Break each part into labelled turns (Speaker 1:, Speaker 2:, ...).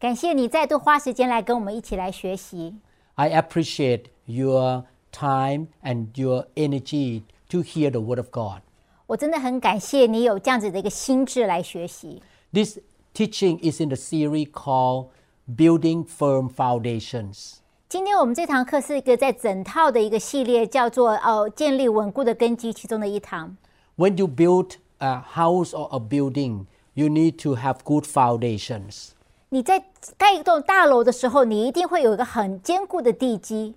Speaker 1: 感谢你再度花时间来跟我们一起来学习，
Speaker 2: I appreciate your time and your energy to hear the Word of God.
Speaker 1: 我真的很感谢你有这样子的一个心智来学习。
Speaker 2: This teaching is in the series called Building Firm Foundations.
Speaker 1: 今天我们这堂课是一个在整套的一个系列，叫做“呃建立稳固的根基”其中的一堂。
Speaker 2: When you build a house or a building, you need to have good foundations.
Speaker 1: 你在盖一栋大楼的时候，你一定会有一个很坚固的地基。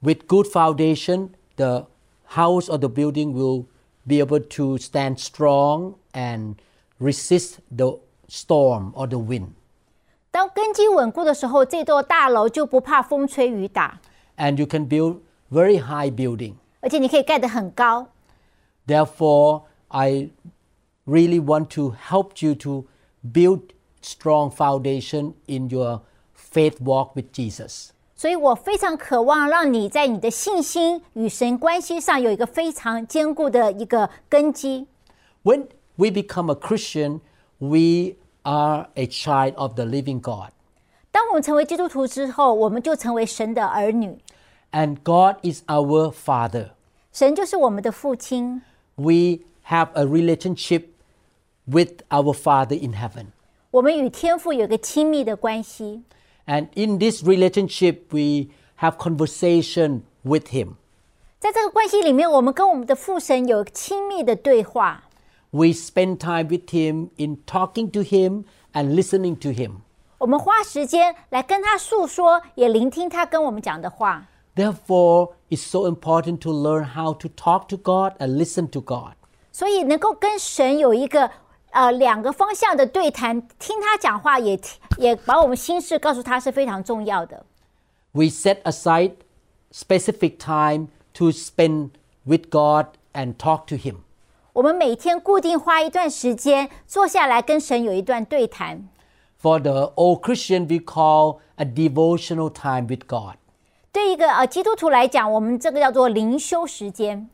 Speaker 2: With good foundation, the house or the building will be able to stand strong and resist the storm or the wind.
Speaker 1: 当根基稳固的时候，这座大楼就不怕风吹雨打，
Speaker 2: And you can build very high building.
Speaker 1: 而且你可以盖得很高。
Speaker 2: Therefore, I really want to help you to build strong foundation in your faith walk with Jesus.
Speaker 1: 所以我非常渴望让你在你的信心与神关系上有一个非常坚固的一个根基。
Speaker 2: When we become a Christian, we are a child of the living God.
Speaker 1: 当我们成为基督徒之后，我们就成为神的儿女，
Speaker 2: And God is our Father.
Speaker 1: 神就是我们的父亲。
Speaker 2: We have a relationship with our Father in heaven.
Speaker 1: 我们与天父有一个亲密的关系，
Speaker 2: And in this relationship, we have conversation with Him.
Speaker 1: 在这个关系里面，我们跟我们的父神有亲密的对话，
Speaker 2: We spend time with Him in talking to Him and listening to Him.
Speaker 1: 我们花时间来跟他诉说，也聆听他跟我们讲的话。
Speaker 2: Therefore, it's so important to learn how to talk to God and listen to God.
Speaker 1: 所以能够跟神有一个呃两个方向的对谈，听他讲话也，听也把我们心事告诉他是非常重要的。
Speaker 2: We set aside specific time to spend with God and talk to Him.
Speaker 1: 我们每天固定花一段时间坐下来跟神有一段对谈。
Speaker 2: For the old Christian, we call a devotional time with God.
Speaker 1: 对一个呃基督徒来讲，我们这个叫做灵修时间。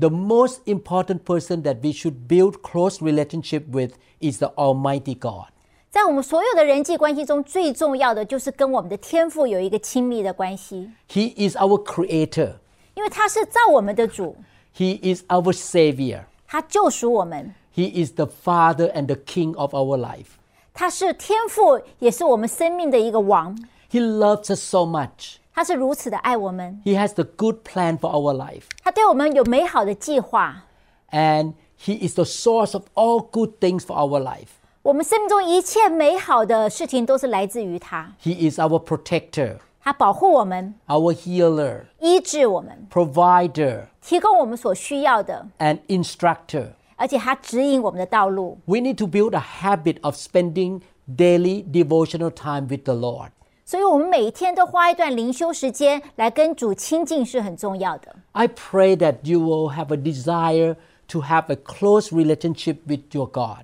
Speaker 2: The most important person that we should build close relationship with is the Almighty God.
Speaker 1: 在我们所有的人际关系中，最重要的就是跟我们的天赋有一个亲密的关系，
Speaker 2: He is our creator.
Speaker 1: 因为他是造我们的主，
Speaker 2: He is our savior.
Speaker 1: 他救赎我们，
Speaker 2: He is the father and the king of our life.
Speaker 1: 他是天赋，也是我们生命的一个王，
Speaker 2: He loves us so much.
Speaker 1: 他是如此的爱我们，
Speaker 2: He has the good plan for our life.
Speaker 1: 他对我们有美好的计划，
Speaker 2: And He is the source of all good things for our life.
Speaker 1: 我们生命中一切美好的事情都是来自于他，
Speaker 2: He is our protector,
Speaker 1: 他保护我们，
Speaker 2: our healer,
Speaker 1: 医治我们，
Speaker 2: provider,
Speaker 1: 提供我们所需要的，
Speaker 2: and instructor.
Speaker 1: 而且他指引我们的道路。
Speaker 2: We need to build a habit of spending daily devotional time with the Lord.
Speaker 1: 所以，我们每一天都花一段灵修时间来跟主亲近是很重要的。
Speaker 2: I pray that you will have a desire to have a close relationship with your God.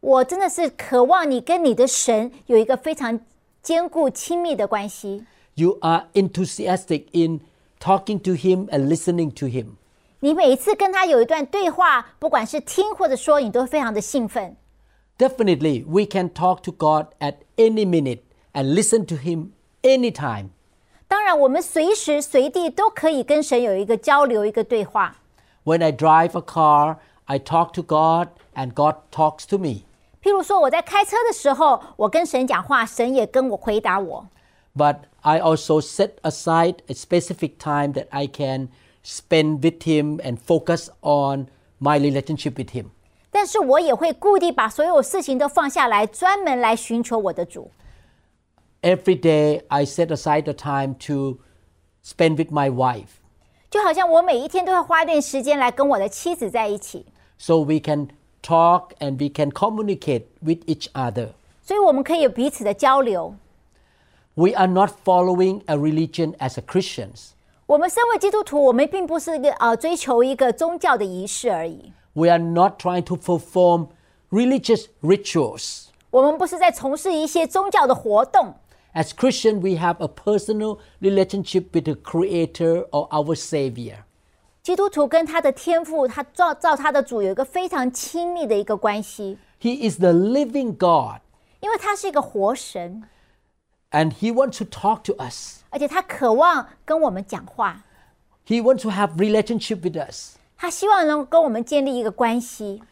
Speaker 1: 我真的是渴望你跟你的神有一个非常坚固亲密的关系。
Speaker 2: You are enthusiastic in talking to Him and listening to Him.
Speaker 1: 你每一次跟他有一段对话，不管是听或者说，你都非常的兴奋。
Speaker 2: Definitely, we can talk to God at any minute and listen to Him anytime.
Speaker 1: 当然，我们随时随地都可以跟神有一个交流、一个对话。
Speaker 2: When I drive a car, I talk to God and God talks to me.
Speaker 1: 譬如说，我在开车的时候，我跟神讲话，神也跟我回答我。
Speaker 2: But I also set aside a specific time that I can spend with Him and focus on my relationship with Him.
Speaker 1: 但是我也会故地把所有事情都放下来，专门来寻求我的主。
Speaker 2: Every day, I set aside a time to spend with my wife
Speaker 1: 就好像我每一天都会花一点时间来跟我的妻子在一起，
Speaker 2: so we can talk and we can communicate with each other.
Speaker 1: 所以我们可以有彼此的交流。
Speaker 2: We are not following a religion as a Christians.
Speaker 1: 我们身为基督徒，我们并不是一个呃追求一个宗教的仪式而已。
Speaker 2: We are not trying to perform religious rituals.
Speaker 1: 我们不是在从事一些宗教的活动。
Speaker 2: As Christian, we have a personal relationship with the Creator or our Savior.
Speaker 1: 基督徒跟他的天赋，他造造他的主有一个非常亲密的一个关系，
Speaker 2: He is the living God,
Speaker 1: 因为他是一个活神，
Speaker 2: and He wants to talk to us.
Speaker 1: 而且他渴望跟我们讲话，
Speaker 2: He wants to have relationship with us.
Speaker 1: 他希望能够跟我们建立一个关系。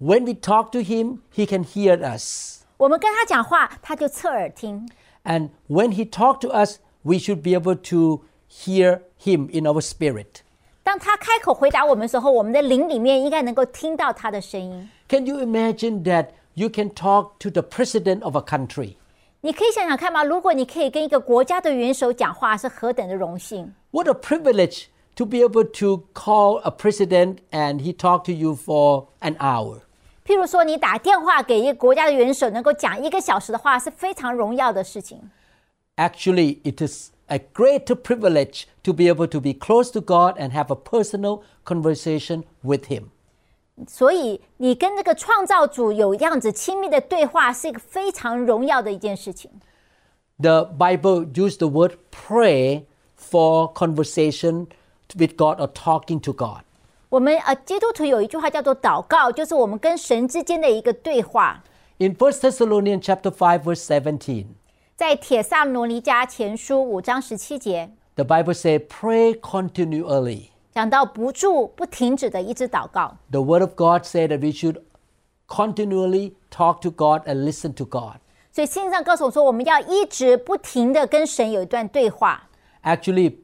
Speaker 2: When we talk to Him, He can hear us,
Speaker 1: 我们跟他讲话，他就侧耳听。
Speaker 2: and when He talks to us, we should be able to hear Him in our spirit.
Speaker 1: 当他开口回答我们的时候，我们的灵里面应该能够听到他的声音。
Speaker 2: Can you imagine that you can talk to the president of a country?
Speaker 1: 你可以想想看吗？如果你可以跟一个国家的元首讲话，是何等的荣幸！
Speaker 2: What a privilege to be able to call a president and he talk to you for an hour.
Speaker 1: 譬如说，你打电话给一个国家的元首，能够讲一个小时的话，是非常荣耀的事情。
Speaker 2: Actually, it is a greater privilege to be able to be close to God and have a personal conversation with him.
Speaker 1: 所以，你跟这个创造主有样子亲密的对话，是一个非常荣耀的一件事情。
Speaker 2: The Bible used the word pray for conversation with God or talking to God.
Speaker 1: 我们呃，基督徒有一句话叫做祷告，就是我们跟神之间的一个对话。
Speaker 2: In 1 Thessalonians chapter 5 verse 17,
Speaker 1: 在帖撒罗尼迦前书五章十七节
Speaker 2: the Bible says pray continually.
Speaker 1: 讲到不住不停止的一直祷告。
Speaker 2: The Word of God said that we should continually talk to God and listen to God.
Speaker 1: 所以圣经上告诉我说，我们要一直不停的跟神有一段对话。
Speaker 2: Actually,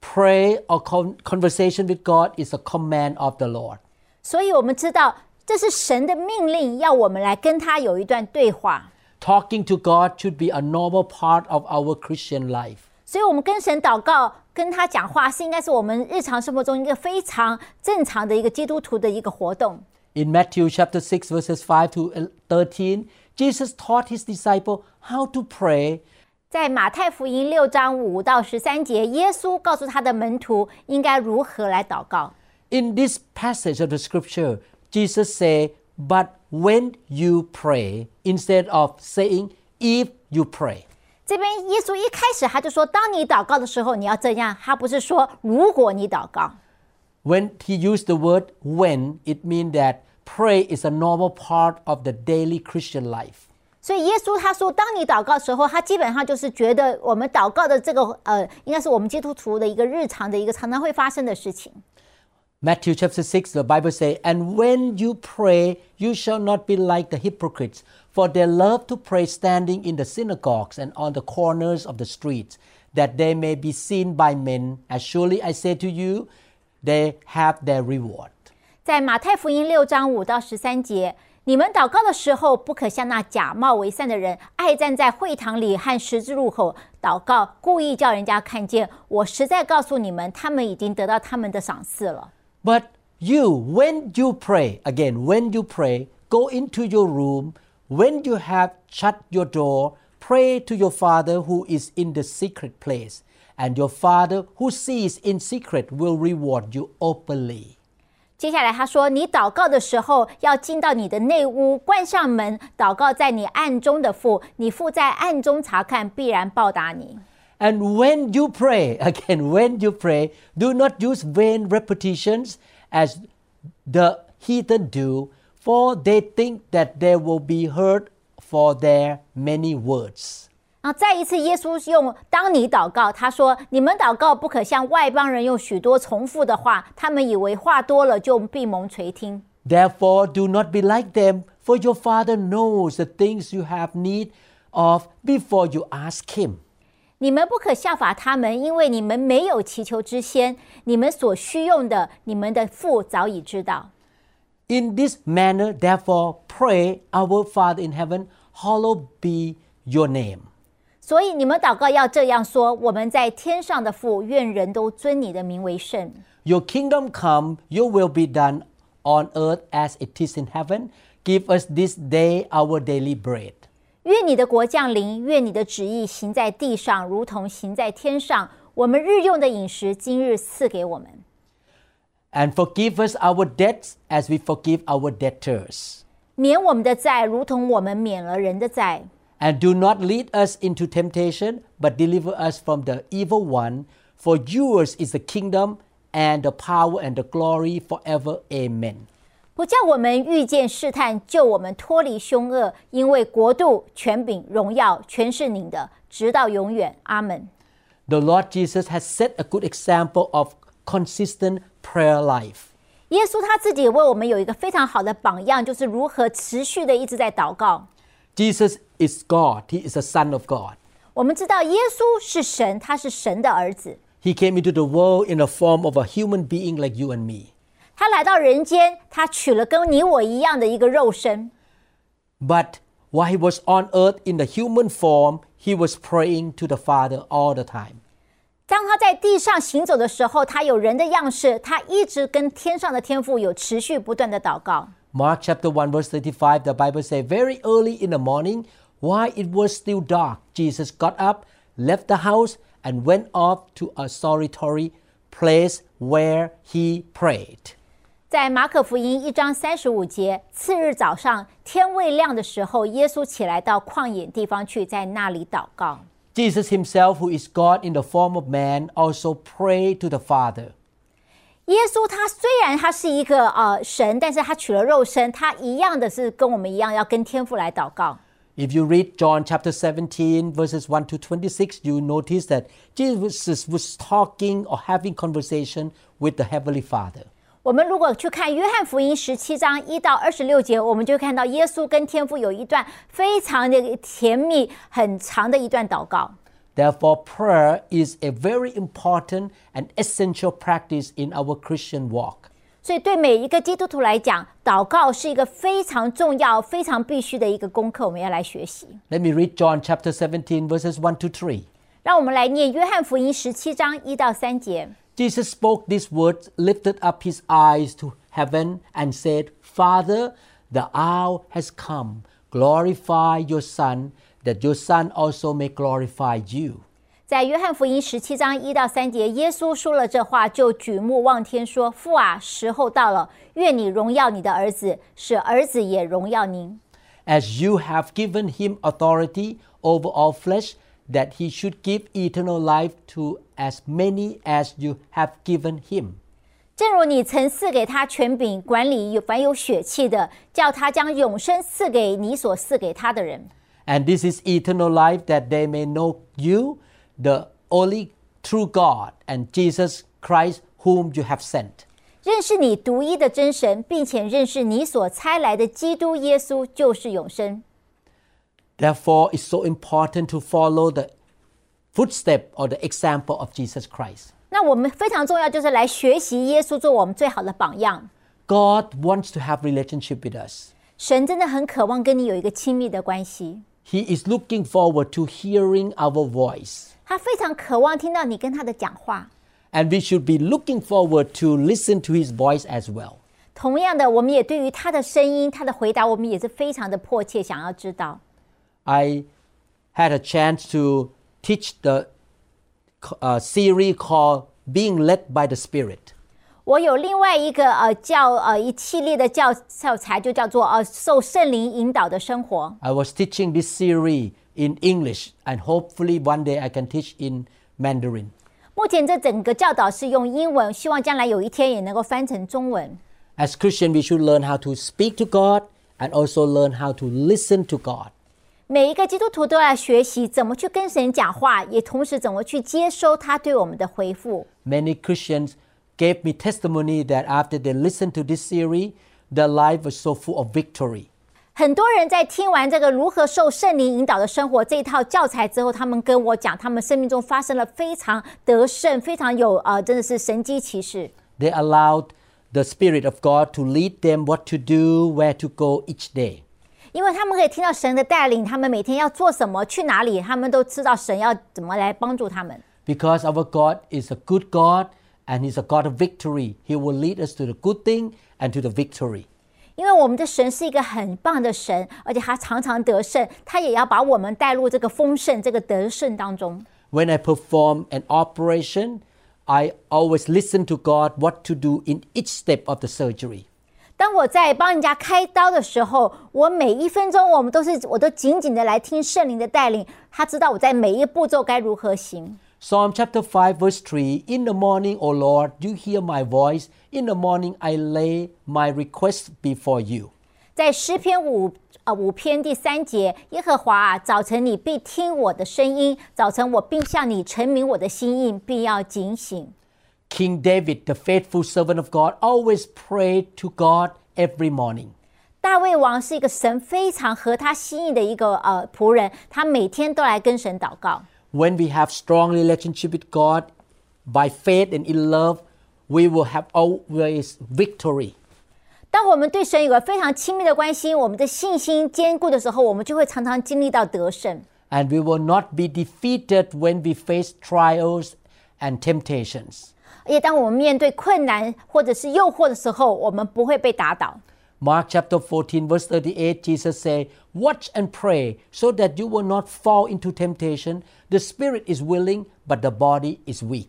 Speaker 2: pray or con- conversation with God is a command of the Lord.
Speaker 1: 所以我们知道，这是神的命令，要我们来跟他有一段对话。
Speaker 2: Talking to God should be a normal part of our Christian life.
Speaker 1: 所以，我们跟神祷告、跟他讲话，是应该是我们日常生活中一个非常正常的一个基督徒的一个活动。
Speaker 2: In Matthew chapter 6 verses 5 to 13, Jesus taught his disciple how to pray
Speaker 1: 在马太福音六章五到十三节，耶稣告诉他的门徒应该如何来祷告。
Speaker 2: In this passage of the scripture, Jesus said, But when you pray, instead of saying, If you pray.
Speaker 1: 这边耶稣一开始他就说，当你祷告的时候，你要这样。他不是说如果你祷告，
Speaker 2: When he used the word when, it means that pray is a normal part of the daily Christian life.
Speaker 1: 所以耶稣他说，当你祷告的时候，他基本上就是觉得我们祷告的这个呃，应该是我们基督徒的一个日常的一个常常会发生的事情。
Speaker 2: Matthew chapter 6, the Bible says, And when you pray, you shall not be like the hypocrites, for they love to pray standing in the synagogues and on the corners of the streets, that they may be seen by men. As surely I say to you, they have their reward.
Speaker 1: 在马太福音六章五到十三节，你们祷告的时候，不可像那假冒为善的人，爱站在会堂里和十字路口祷告，故意叫人家看见。我实在告诉你们，他们已经得到他们的赏赐了。
Speaker 2: But you, when you pray, again, when you pray, go into your room. When you have shut your door, pray to your Father who is in the secret place. And your Father who sees in secret will reward you openly.
Speaker 1: 接下来他说：“你祷告的时候，要进到你的内屋，关上门，祷告在你暗中的父，你父在暗中查看，必然报答你。
Speaker 2: And when you pray, again, when you pray, do not use vain repetitions as the heathen do, for they think that they will be heard for their many words. ”
Speaker 1: 然后再一次，耶稣用“当你祷告”，他说：“你们祷告不可像外邦人用许多重复的话，他们以为话多了就必蒙垂听。
Speaker 2: Therefore, do not be like them, for your Father knows the things you have need of before you ask Him.
Speaker 1: 你们不可效法他们，因为你们没有祈求之先，你们所需用的，你们的父早已知道。”
Speaker 2: In this manner, therefore, pray, Our Father in heaven, hallowed be your name.
Speaker 1: 所以你们祷告要这样说：我们在天上的父，愿人都尊你的名为圣。
Speaker 2: Your kingdom come, your will be done on earth as it is in heaven. Give us this day our daily bread.
Speaker 1: 愿愿你的国降临，愿你的旨意行在地上，如同行在天上。我们日用的饮食，今日赐给我们，
Speaker 2: And forgive us our debts as we forgive our debtors.
Speaker 1: 免我们的债，如同我们免了人的债。
Speaker 2: And do not lead us into temptation, but deliver us from the evil one. For yours is the kingdom and the power and the glory forever. Amen.
Speaker 1: 不叫我们遇见试探，救我们脱离凶恶，因为国度、权柄、荣耀，全是您的，直到永远。阿门。
Speaker 2: The Lord Jesus has set a good example of consistent prayer life.
Speaker 1: 耶稣他自己为我们有一个非常好的榜样，就是如何持续的一直在祷告。
Speaker 2: Jesus is God, He is the Son of God.
Speaker 1: 我们知道耶稣是神，他是神的儿子，
Speaker 2: He came into the world in the form of a human being like you and me.
Speaker 1: 他来到人间，他取了跟你我一样的一个肉身。
Speaker 2: But while he was on earth in the human form, he was praying to the Father all the time.
Speaker 1: 当他在地上行走的时候，他有人的样式，他一直跟天上的天父有持续不断的祷告。
Speaker 2: Mark chapter 1, verse 35, the Bible says, Very early in the morning, while it was still dark, Jesus got up, left the house, and went off to a solitary place where he prayed.
Speaker 1: 在马可福音一章三十五节，次日早上天未亮的时候，耶稣起来到旷野地方去，在那里祷告。
Speaker 2: Jesus himself, who is God in the form of man, also prayed to the Father.
Speaker 1: 耶稣他虽然他是一个呃神，但是他取了肉身，他一样的是跟我们一样要跟天父来祷告。
Speaker 2: If you read John chapter 17, verses 1 to 26, you notice that Jesus was talking or having conversation with the Heavenly Father.
Speaker 1: 我们如果去看约翰福音十七章一到二十六节，我们就会看到耶稣跟天父有一段非常的甜蜜、很长的一段祷告。
Speaker 2: Therefore, prayer is a very important and essential practice in our Christian walk.
Speaker 1: 所以对每一个基督徒来讲，祷告是一个非常重要、非常必须的一个功课，我们要来学习。
Speaker 2: Let me read John chapter 17, verses 1 to 3.
Speaker 1: 让我们来念约翰福音十七章一到三节。
Speaker 2: Jesus spoke these words, lifted up his eyes to heaven, and said, Father, the hour has come. Glorify your Son, that your Son also may glorify you.
Speaker 1: 在约翰福音十七章一到三节，耶稣说了这话，就举目望天说：“父啊，时候到了，愿你荣耀你的儿子，使儿子也荣耀您。
Speaker 2: As you have given him authority over all flesh, that he should give eternal life to as many as you have given him.
Speaker 1: 正如你曾赐给他权柄管理有凡有血气的，叫他将永生赐给你所赐给他的人。
Speaker 2: And this is eternal life, that they may know you, the only true God, and Jesus Christ, whom you have sent.
Speaker 1: 认识你独一的真神，并且认识你所差来的基督耶稣，就是永生。”
Speaker 2: Therefore, it's so important to follow the footstep or the example of Jesus Christ.
Speaker 1: 那我们非常重要，就是来学习耶稣做我们最好的榜样。
Speaker 2: God wants to have relationship with us.
Speaker 1: 神真的很渴望跟你有一个亲密的关系，
Speaker 2: He is looking forward to hearing our voice.
Speaker 1: 他非常渴望听到你跟他的讲话。
Speaker 2: And we should be looking forward to listen to his voice as well.
Speaker 1: 同样的，我们也对于他的声音、他的回答，我们也是非常的迫切想要知道。
Speaker 2: I had a chance to teach the uh, series called Being Led by the Spirit.
Speaker 1: 我有另外一个呃教呃一系列的教教材，就叫做呃受圣灵引导的生活。
Speaker 2: I was teaching this series in English, and hopefully one day I can teach in Mandarin.
Speaker 1: 目前这整个教导是用英文，希望将来有一天也能够翻成中文。
Speaker 2: As Christian, we should learn how to speak to God and also learn how to listen to God.
Speaker 1: 每一个基督徒都要学习怎么去跟神讲话，也同时怎么去接收他对我们的回复。
Speaker 2: Many Christians gave me testimony that after they listened to this series, their life was so full of victory.
Speaker 1: 很多人在听完这个如何受圣灵引导的生活这一套教材之后，他们跟我讲，他们生命中发生了非常得胜、非常有呃，真的是神机骑士。
Speaker 2: They allowed the Spirit of God to lead them what to do, where to go each day.
Speaker 1: 因为他们可以听到神的带领，他们每天要做什么、去哪里，他们都知道神要怎么来帮助他们。
Speaker 2: Because our God is a good God and He's a God of victory, He will lead us to the good thing and to the victory.
Speaker 1: 因为我们的神是一个很棒的神，而且他常常得胜，他也要把我们带入这个丰盛、这个得胜当中。
Speaker 2: When I perform an operation, I always listen to God what to do in each step of the surgery.
Speaker 1: 当我在帮人家开刀的时候，我每一分钟我们都是我都紧紧的来听圣灵的带领，他知道我在每一步骤该如何行。
Speaker 2: Psalm chapter 5, verse 3 In the morning, O Lord, you hear my voice. In the morning, I lay my request before you.
Speaker 1: 在诗篇五呃五篇第三节，耶和华啊，早晨你必听我的声音，早晨我必向你陈明我的心意，必要警醒。
Speaker 2: King David, the faithful servant of God, always prayed to God every morning.
Speaker 1: 大卫王是一个神非常合他心意的一个呃仆人，他每天都来跟神祷告。
Speaker 2: When we have strong relationship with God by faith and in love, we will have always victory.
Speaker 1: 当我们对神有个非常亲密的关系，我们的信心坚固的时候，我们就会常常经历到得胜。
Speaker 2: and we will not be defeated when we face trials and temptations.
Speaker 1: 而且，当我们面对困难或者是诱惑的时候，我们不会被打倒。
Speaker 2: Mark chapter 14, verse 38, Jesus said, Watch and pray so that you will not fall into temptation. The spirit is willing, but the body is weak.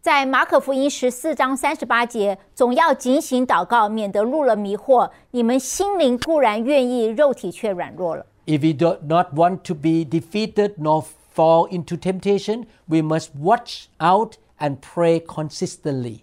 Speaker 1: 在马可福音十四章三十八节，总要警醒祷告，免得入了迷惑。你们心灵固然愿意，肉体却软弱了。
Speaker 2: If we do not want to be defeated nor fall into temptation, we must watch out and pray consistently.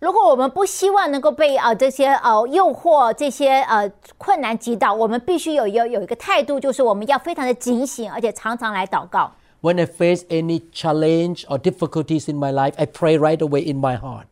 Speaker 1: 如果我们不希望能够被呃这些呃诱惑、这些呃困难击倒，我们必须有有有一个态度，就是我们要非常的警醒，而且常常来祷告。
Speaker 2: When I face any challenge or difficulties in my life, I pray right away in my heart.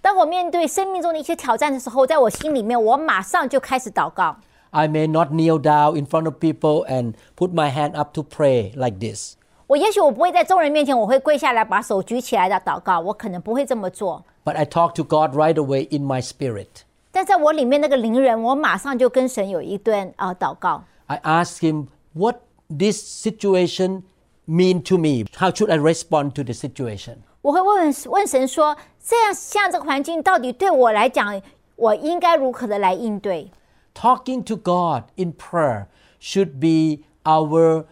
Speaker 1: 当我面对生命中的一些挑战的时候，在我心里面，我马上就开始祷告。
Speaker 2: I may not kneel down in front of people and put my hand up to pray like this,
Speaker 1: 我也许我不会在众人面前，我会跪下来把手举起来的祷告，我可能不会这么做。
Speaker 2: but I talk to God right away in my spirit.
Speaker 1: 但在我里面那个灵人，我马上就跟神有一段啊、呃祷告。
Speaker 2: I ask Him what this situation mean to me. How should I respond to the situation?
Speaker 1: 我会问问神说，这样像这个环境到底对我来讲，我应该如何的来应对？
Speaker 2: Talking to God in prayer should be our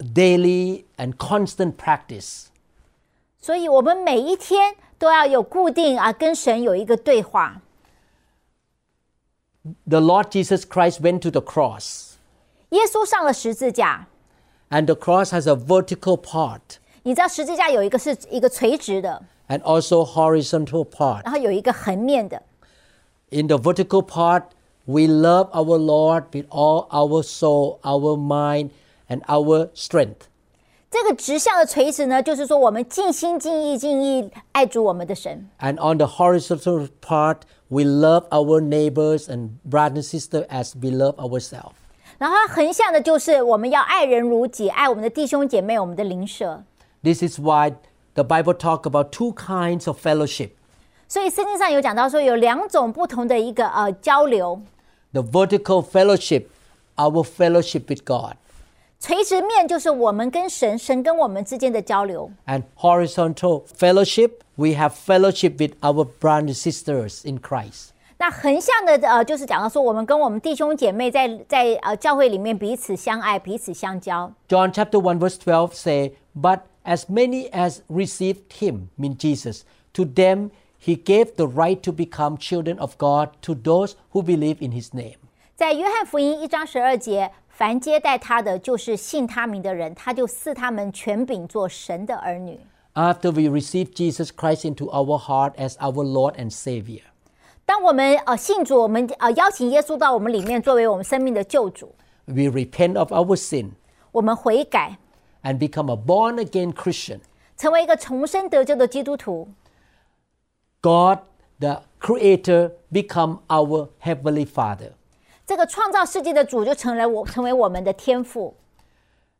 Speaker 2: daily and constant practice.
Speaker 1: 所以，我们每一天都要有固定啊，跟神有一个对话。
Speaker 2: The Lord Jesus Christ went to the cross,
Speaker 1: 耶稣上了十字架，
Speaker 2: and the cross has a vertical part
Speaker 1: 你知道十字架有一个是一个垂直的，
Speaker 2: and also horizontal part.
Speaker 1: 然后有一个横面的。
Speaker 2: In the vertical part, we love our Lord with all our soul, our mind, and our strength.
Speaker 1: 这个直向的垂直呢，就是说我们尽心尽意尽意爱主我们的神。
Speaker 2: And on the horizontal part, we love our neighbors and brothers and sisters as we love ourselves.
Speaker 1: 然后它横向的就是我们要爱人如己，爱我们的弟兄姐妹，我们的邻舍。
Speaker 2: This is why the Bible talk about two kinds of fellowship.
Speaker 1: 所以圣经上有讲到说有两种不同的一个呃交流，
Speaker 2: The vertical fellowship, our fellowship with God,
Speaker 1: 垂直面就是我们跟神，神跟我们之间的交流。
Speaker 2: and horizontal fellowship, we have fellowship with our brothers and sisters in Christ.
Speaker 1: 那横向的呃，就是讲到说，我们跟我们弟兄姐妹在在呃教会里面彼此相爱，彼此相交。
Speaker 2: John chapter 1 verse 12 say, But as many as received him, mean Jesus, to them he gave the right to become children of God to those who believe in his name.
Speaker 1: 在约翰福音一章十二节，凡接待他的，就是信他名的人，他就赐他们权柄做神的儿女。
Speaker 2: After we receive Jesus Christ into our heart as our Lord and Savior,
Speaker 1: 当我们呃信主，我们呃邀请耶稣到我们里面，作为我们生命的救主，
Speaker 2: we repent of our sin
Speaker 1: 我们悔改，
Speaker 2: and become a born again Christian.
Speaker 1: 成为一个重生得救的基督徒。
Speaker 2: God, the Creator, become our Heavenly Father.
Speaker 1: 这个创造世界的主就成了我，成为我们的天赋。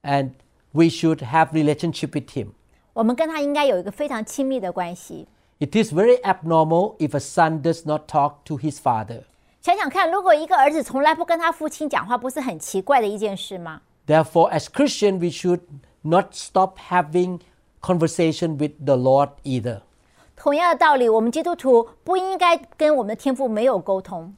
Speaker 2: And we should have relationship with him.
Speaker 1: 我们跟他应该有一个非常亲密的关系。
Speaker 2: It is very abnormal if a son does not talk to his father.
Speaker 1: 想想看，如果一个儿子从来不跟他父亲讲话，不是很奇怪的一件事吗？
Speaker 2: Therefore, as Christian, we should not stop having conversation with the Lord either.
Speaker 1: 同样的道理，我们基督徒不应该跟我们的天父没有沟通。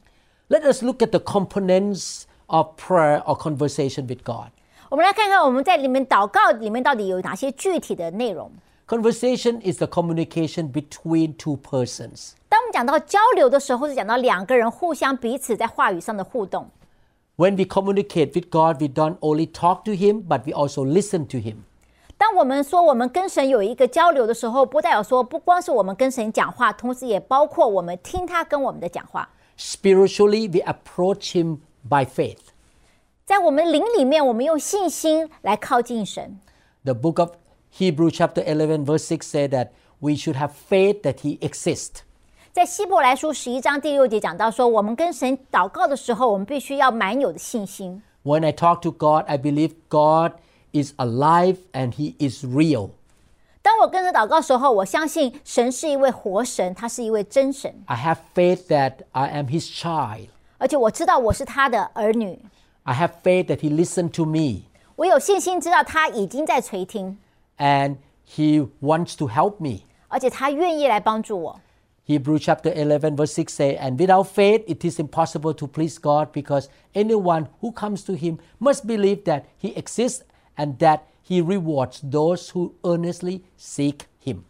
Speaker 2: Let us look at the components of prayer or conversation with God.
Speaker 1: 我们来看看我们在里面祷告里面到底有哪些具体的内容。
Speaker 2: Conversation is the communication between two persons.
Speaker 1: 当我们讲到交流的时候，是讲到两个人互相彼此在话语上的互动。
Speaker 2: When we communicate with God, we don't only talk to Him, but we also listen to Him.
Speaker 1: 当我们说我们跟神有一个交流的时候，不代表说不光是我们跟神讲话，同时也包括我们听他跟我们的讲话。
Speaker 2: Spiritually, we approach Him by faith.
Speaker 1: 在我们灵里面，我们用信心来靠近神。
Speaker 2: The book of Hebrew, chapter 11, verse 6 said that we should have faith that He exists.
Speaker 1: 在希伯来书十一章第六节讲到说，我们跟神祷告的时候，我们必须要满有的信心。
Speaker 2: When I talk to God, I believe God is alive and He is real.
Speaker 1: 当我跟神祷告的时候，我相信神是一位活神，他是一位真神，
Speaker 2: I have faith that I am His child.
Speaker 1: 而且我知道我是他的儿女。
Speaker 2: I have faith that He listened to me
Speaker 1: 我有信心知道他已经在垂听，
Speaker 2: and He wants to help me.
Speaker 1: 而且他愿意来帮助我。
Speaker 2: Hebrew chapter 11 verse 6 say, And without faith it is impossible to please God because anyone who comes to him must believe that he exists and that he rewards those who earnestly seek him.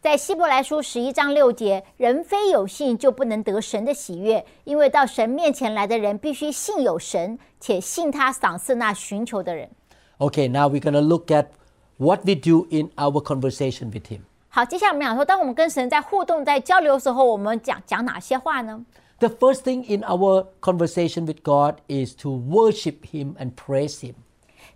Speaker 1: 在希伯来书十一章六节，人非有信就不能得神的喜悦，因为到神面前来的人必须信有神，且信他赏赐那寻求的人。
Speaker 2: Okay, now we're going to look at what we do in our conversation with him.
Speaker 1: 好，接下来我们讲说，当我们跟神在互动、在交流的时候，我们讲讲哪些话呢？
Speaker 2: The first thing in our conversation with God is to worship him and praise him.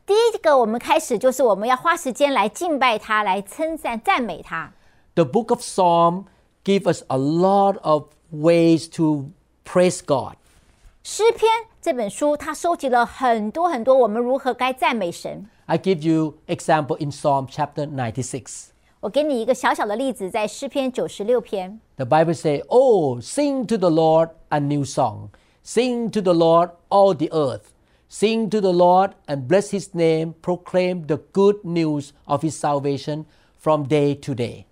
Speaker 1: 第一个，我们开始就是我们要花时间来敬拜他，来称赞、赞美他。
Speaker 2: The book of Psalm give us a lot of ways to praise God.
Speaker 1: 诗篇这本书，它收集了很多很多我们如何该赞美神。
Speaker 2: I give you example in Psalm chapter 96.
Speaker 1: 我给你一个小小的例子，在诗篇九十六篇，
Speaker 2: The Bible say, "Oh, sing to the Lord a new song. Sing to the Lord all the earth. Sing to the Lord and bless his name, proclaim the good news of his salvation from day to day."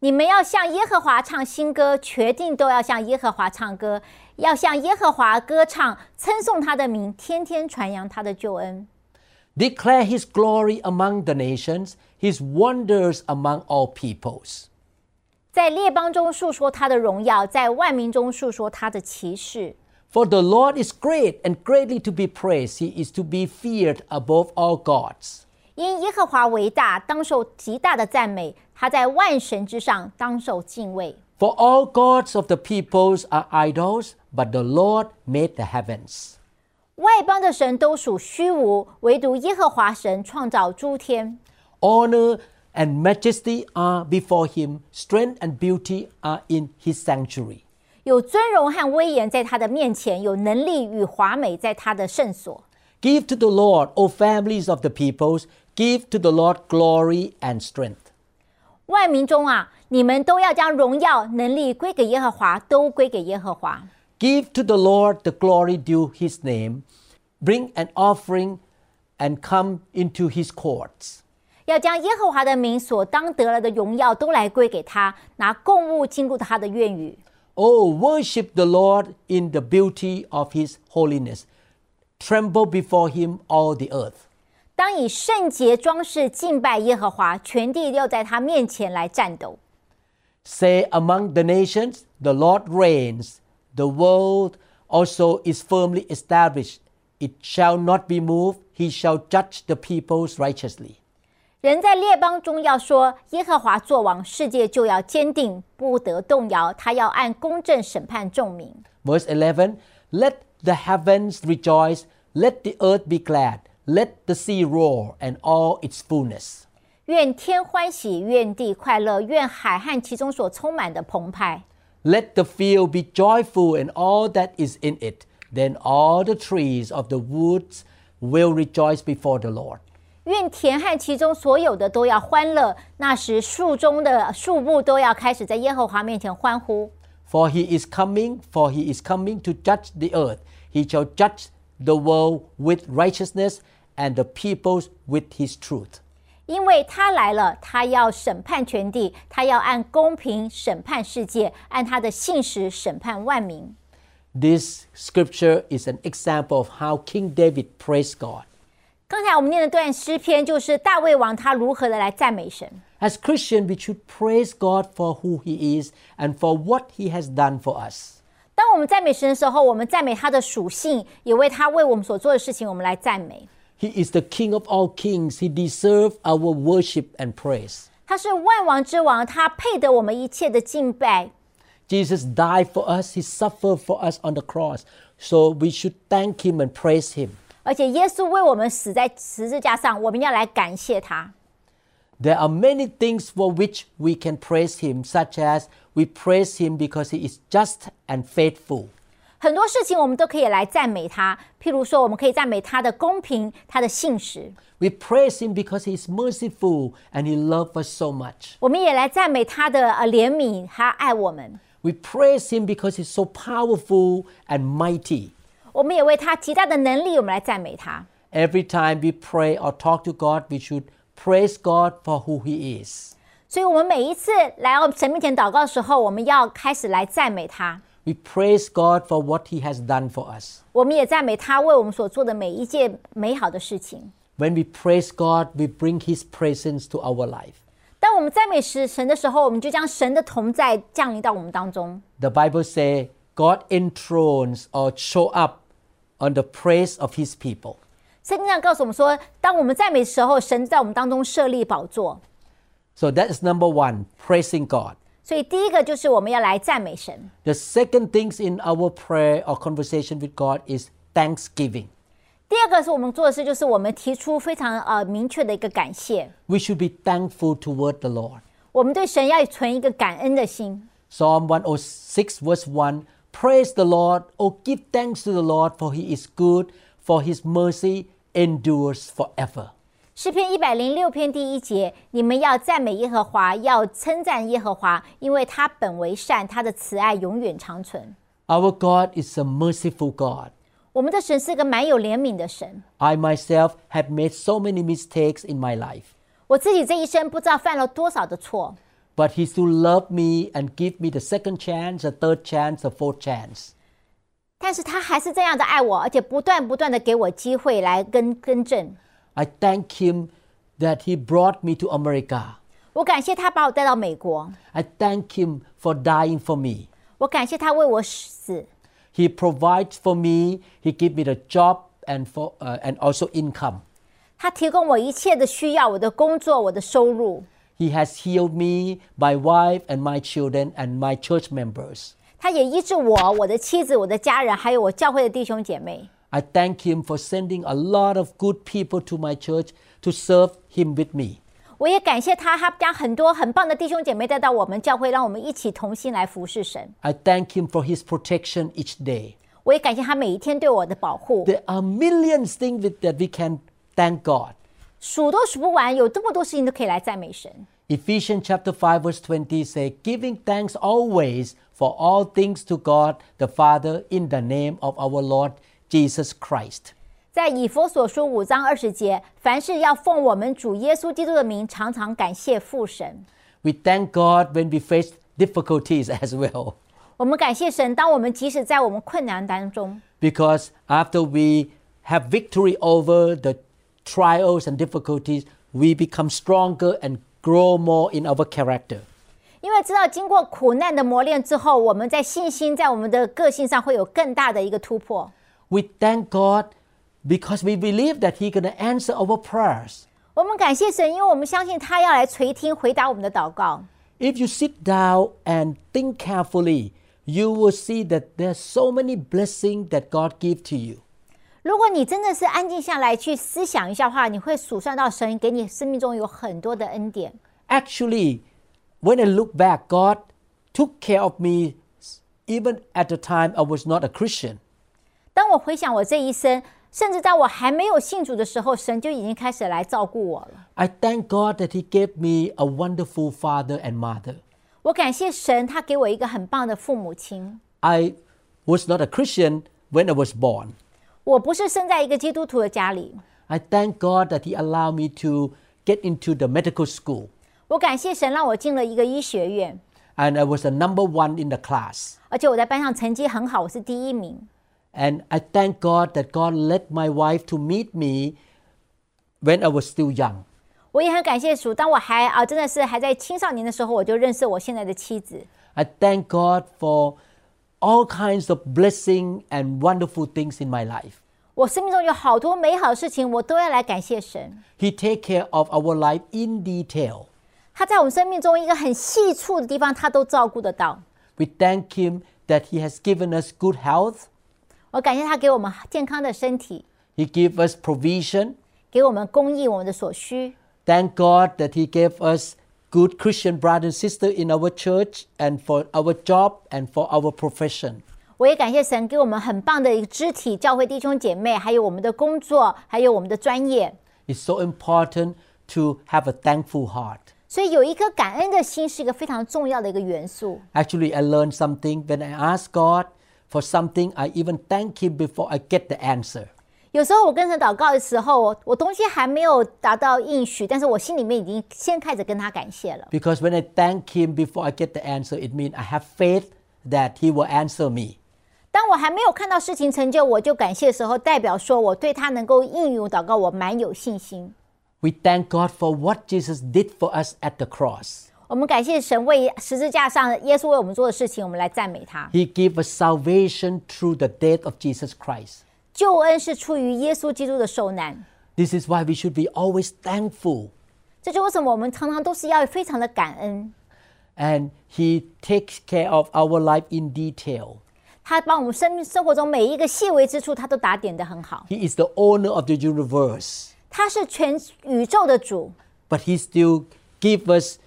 Speaker 1: 你们要向耶和华唱新歌，决定都要向耶和华唱歌，要向耶和华歌唱，称颂他的名，天天传扬他的救恩。
Speaker 2: Declare his glory among the nations, his wonders among all peoples.
Speaker 1: 在列邦中述说他的荣耀，在万民中述说他的奇事。
Speaker 2: For the Lord is great and greatly to be praised. He is to be feared above all gods.
Speaker 1: 因耶和华为大，当受极大的赞美；他在万神之上，当受敬畏。
Speaker 2: For all gods of the peoples are idols, but the Lord made the heavens.
Speaker 1: 外邦的神都属虚无，唯独耶和华神创造诸天。
Speaker 2: Honor and majesty are before him, strength and beauty are in his sanctuary.
Speaker 1: 有尊荣和威严在他的面前，有能力与华美在他的圣所。
Speaker 2: Give to the Lord, O families of the peoples, give to the Lord glory and strength.
Speaker 1: 万民中啊，你们都要将荣耀、能力归给耶和华，都归给耶和华。
Speaker 2: Give to the Lord the glory due his name. Bring an offering and come into his courts.
Speaker 1: 要将耶和华的名所当得了的荣耀都来归给他，拿供物进入他的院宇。
Speaker 2: Oh, worship the Lord in the beauty of his holiness. Tremble before him, all the earth.
Speaker 1: 当以圣洁装饰敬拜耶和华，全地要在他面前来战斗。
Speaker 2: Say among the nations, the Lord reigns. The world also is firmly established. It shall not be moved. He shall judge the peoples righteously.
Speaker 1: 人在列邦中要说耶和华作王，世界就要坚定，不得动摇。他要按公正审判众民。
Speaker 2: Verse 11 Let the heavens rejoice. Let the earth be glad. Let the sea roar and all its fullness.
Speaker 1: 愿天欢喜，愿地快乐，愿海和其中所充满的澎湃。
Speaker 2: Let the field be joyful and all that is in it. Then all the trees of the woods will rejoice before the Lord.
Speaker 1: 愿田和其中所有的都要欢乐。那时，树中的树木都要开始在耶和华面前欢呼。
Speaker 2: For he is coming, for he is coming to judge the earth. He shall judge the world with righteousness and the peoples with his truth.
Speaker 1: 因为他来了，他要审判全地，他要按公平审判世界，按他的信实审判万民。
Speaker 2: This scripture is an example of how King David praised God.
Speaker 1: 刚才我们念的段诗篇，就是大卫王他如何的来赞美神。
Speaker 2: As Christians, we should praise God for who He is and for what He has done for us.
Speaker 1: 当我们赞美神的时候，我们赞美他的属性，也为他为我们所做的事情，我们来赞美。
Speaker 2: He is the King of all kings. He deserves our worship and praise.
Speaker 1: 他是万王之王，他配得我们一切的敬拜。
Speaker 2: Jesus died for us, He suffered for us on the cross. So we should thank Him and praise Him.
Speaker 1: 而且耶稣为我们死在十字架上，我们要来感谢他。
Speaker 2: There are many things for which we can praise Him, such as we praise Him because He is just and faithful.
Speaker 1: 很多事情我们都可以来赞美他，譬如说，我们可以赞美他的公平、他的信实；
Speaker 2: We praise Him because He is merciful and He loves us so much.
Speaker 1: 我们也来赞美他的呃怜悯，他爱我们；
Speaker 2: We praise Him because He's so powerful and mighty.
Speaker 1: 我们也为他极大的能力，我们来赞美他。
Speaker 2: Every time we pray or talk to God, we should praise God for who He is.
Speaker 1: 所以，我们每一次来到神面前祷告的时候，我们要开始来赞美他，
Speaker 2: We praise God for what He has done for us.
Speaker 1: 我们也赞美他为我们所做的每一件美好的事情。
Speaker 2: When we praise God, we bring His presence to our life.
Speaker 1: 当我们赞美时神的时候，我们就将神的同在降临到我们当中。
Speaker 2: The Bible says God enthrones or show up on the praise of His people.
Speaker 1: 圣经上告诉我们说，当我们赞美的时候，神在我们当中设立宝座。
Speaker 2: So that is number one, praising God.
Speaker 1: 所以第一个就是我们要来赞美神。
Speaker 2: The second things in our prayer or conversation with God is thanksgiving.
Speaker 1: 第二个是我们做的事，就是我们提出非常呃明确的一个感谢，
Speaker 2: We should be thankful toward the Lord.
Speaker 1: 我们对神要存一个感恩的心。
Speaker 2: Psalm 106, verse 1 Praise the Lord, oh, give thanks to the Lord, for he is good, for his mercy endures forever.
Speaker 1: 诗篇一百零六篇第一节，你们要赞美耶和华，要称赞耶和华，因为他本为善，他的慈爱永远长存。
Speaker 2: Our God is a merciful God.
Speaker 1: 我们的神是个蛮有怜悯的神。
Speaker 2: I myself have made so many mistakes in my life,
Speaker 1: 我自己这一生不知道犯了多少的错，
Speaker 2: but he still loved me and give me the second chance, a third chance, a fourth chance.
Speaker 1: 但是他还是这样的爱我，而且不断不断的给我机会来更更正。
Speaker 2: I thank him that he brought me to America.
Speaker 1: 我感谢他把我带到美国，
Speaker 2: I thank him for dying for me.
Speaker 1: 我感谢他为我死，
Speaker 2: He provides for me. He give me the job and for uh, and also income.
Speaker 1: 他提供我一切的需要，我的工作，我的收入，
Speaker 2: He has healed me, my wife and my children and my church members.
Speaker 1: 他也医治我、我的妻子、我的家人，还有我教会的弟兄姐妹。
Speaker 2: I thank him for sending a lot of good people to my church to serve him with me.
Speaker 1: 我也感谢他，他将很多很棒的弟兄姐妹带到我们教会，让我们一起同心来服侍神。
Speaker 2: I thank him for his protection each day.
Speaker 1: 我也感谢他每一天对我的保护，
Speaker 2: There are millions things with- that we can thank God.
Speaker 1: 数都数不完，有这么多事情都可以来赞美神。
Speaker 2: Ephesians chapter 5 verse 20 say giving thanks always for all things to God the Father in the name of our Lord Jesus Christ.
Speaker 1: 在以佛所书五章二十节，凡事要奉我们主耶稣基督的名，常常感谢父神。
Speaker 2: We thank God when we face difficulties as well.
Speaker 1: 我们感谢神，当我们即使在我们困难当中，
Speaker 2: Because after we have victory over the trials and difficulties, we become stronger and grow more in our character.
Speaker 1: 因为知道经过苦难的磨练之后，我们在信心在我们的个性上会有更大的一个突破。
Speaker 2: We thank God because we believe that He's going to answer our prayers.
Speaker 1: 我们感谢神，因为我们相信他要来垂听、回答我们的祷告。
Speaker 2: If you sit down and think carefully, you will see that there's so many blessings that God gives to you.
Speaker 1: 如果你真的是安静下来去思想一下的话，你会数算到神给你生命中有很多的恩典。
Speaker 2: Actually, when I look back, God took care of me even at the time I was not a Christian.
Speaker 1: 当我回想我这一生，甚至在我还没有信主的时候，神就已经开始来照顾我了。
Speaker 2: I thank God that He gave me a wonderful father and mother.
Speaker 1: 我感谢神，他给我一个很棒的父母亲。
Speaker 2: I was not a Christian when I was born.
Speaker 1: 我不是生在一个基督徒的家里，
Speaker 2: I thank God that He allowed me to get into the medical school.
Speaker 1: 我感谢神让我进了一个医学院。
Speaker 2: and I was the number one in the class.
Speaker 1: 而且我在班上成绩很好，我是第一名。
Speaker 2: And I thank God that God led my wife to meet me when I was still young.
Speaker 1: 我也很感谢主，当我还啊真的是还在青少年的时候，我就认识我现在的妻子。
Speaker 2: I thank God for all kinds of blessing and wonderful things in my life.
Speaker 1: 我生命中有好多美好的事情，我都要来感谢神。
Speaker 2: He take care of our life in detail.
Speaker 1: 他在我们生命中一个很细处的地方，他都照顾得到。
Speaker 2: We thank him that he has given us good health.
Speaker 1: 我感谢他给我们健康的身体，
Speaker 2: He gave us provision.
Speaker 1: 给我们供应我们的所需。
Speaker 2: Thank God that he gave us good Christian brother and sister in our church and for our job and for our profession.
Speaker 1: 我也感谢神给我们很棒的一个肢体教会弟兄姐妹，还有我们的工作，还有我们的专业。
Speaker 2: It's so important to have a thankful heart.
Speaker 1: 所以有一颗感恩的心是一个非常重要的一个元素。
Speaker 2: Actually, I learned something when I ask God for something, I even thank him before I get the answer.
Speaker 1: 有时候我跟神祷告的时候，我我东西还没有达到应许，但是我心里面已经先开始跟他感谢了。
Speaker 2: Because when I thank him before I get the answer, it means I have faith that he will answer me.
Speaker 1: 当我还没有看到事情成就，我就感谢的时候，代表说我对他能够应允我祷告，我蛮有信心。
Speaker 2: We thank God for what Jesus did for us at the cross.
Speaker 1: 我们感谢神为十字架上耶稣为我们做的事情，我们来赞美他。
Speaker 2: He gave us salvation through the death of Jesus Christ.
Speaker 1: 救恩是出于耶稣基督的受难，
Speaker 2: This is why we should be always thankful.
Speaker 1: 这就为什么我们常常都是要非常的感恩。
Speaker 2: And He takes care of our life in detail.
Speaker 1: 他把我们生命生活中每一个细微之处，他都打点得很好。
Speaker 2: He is the owner of the universe,
Speaker 1: 他是全宇宙的主，
Speaker 2: but He still gives us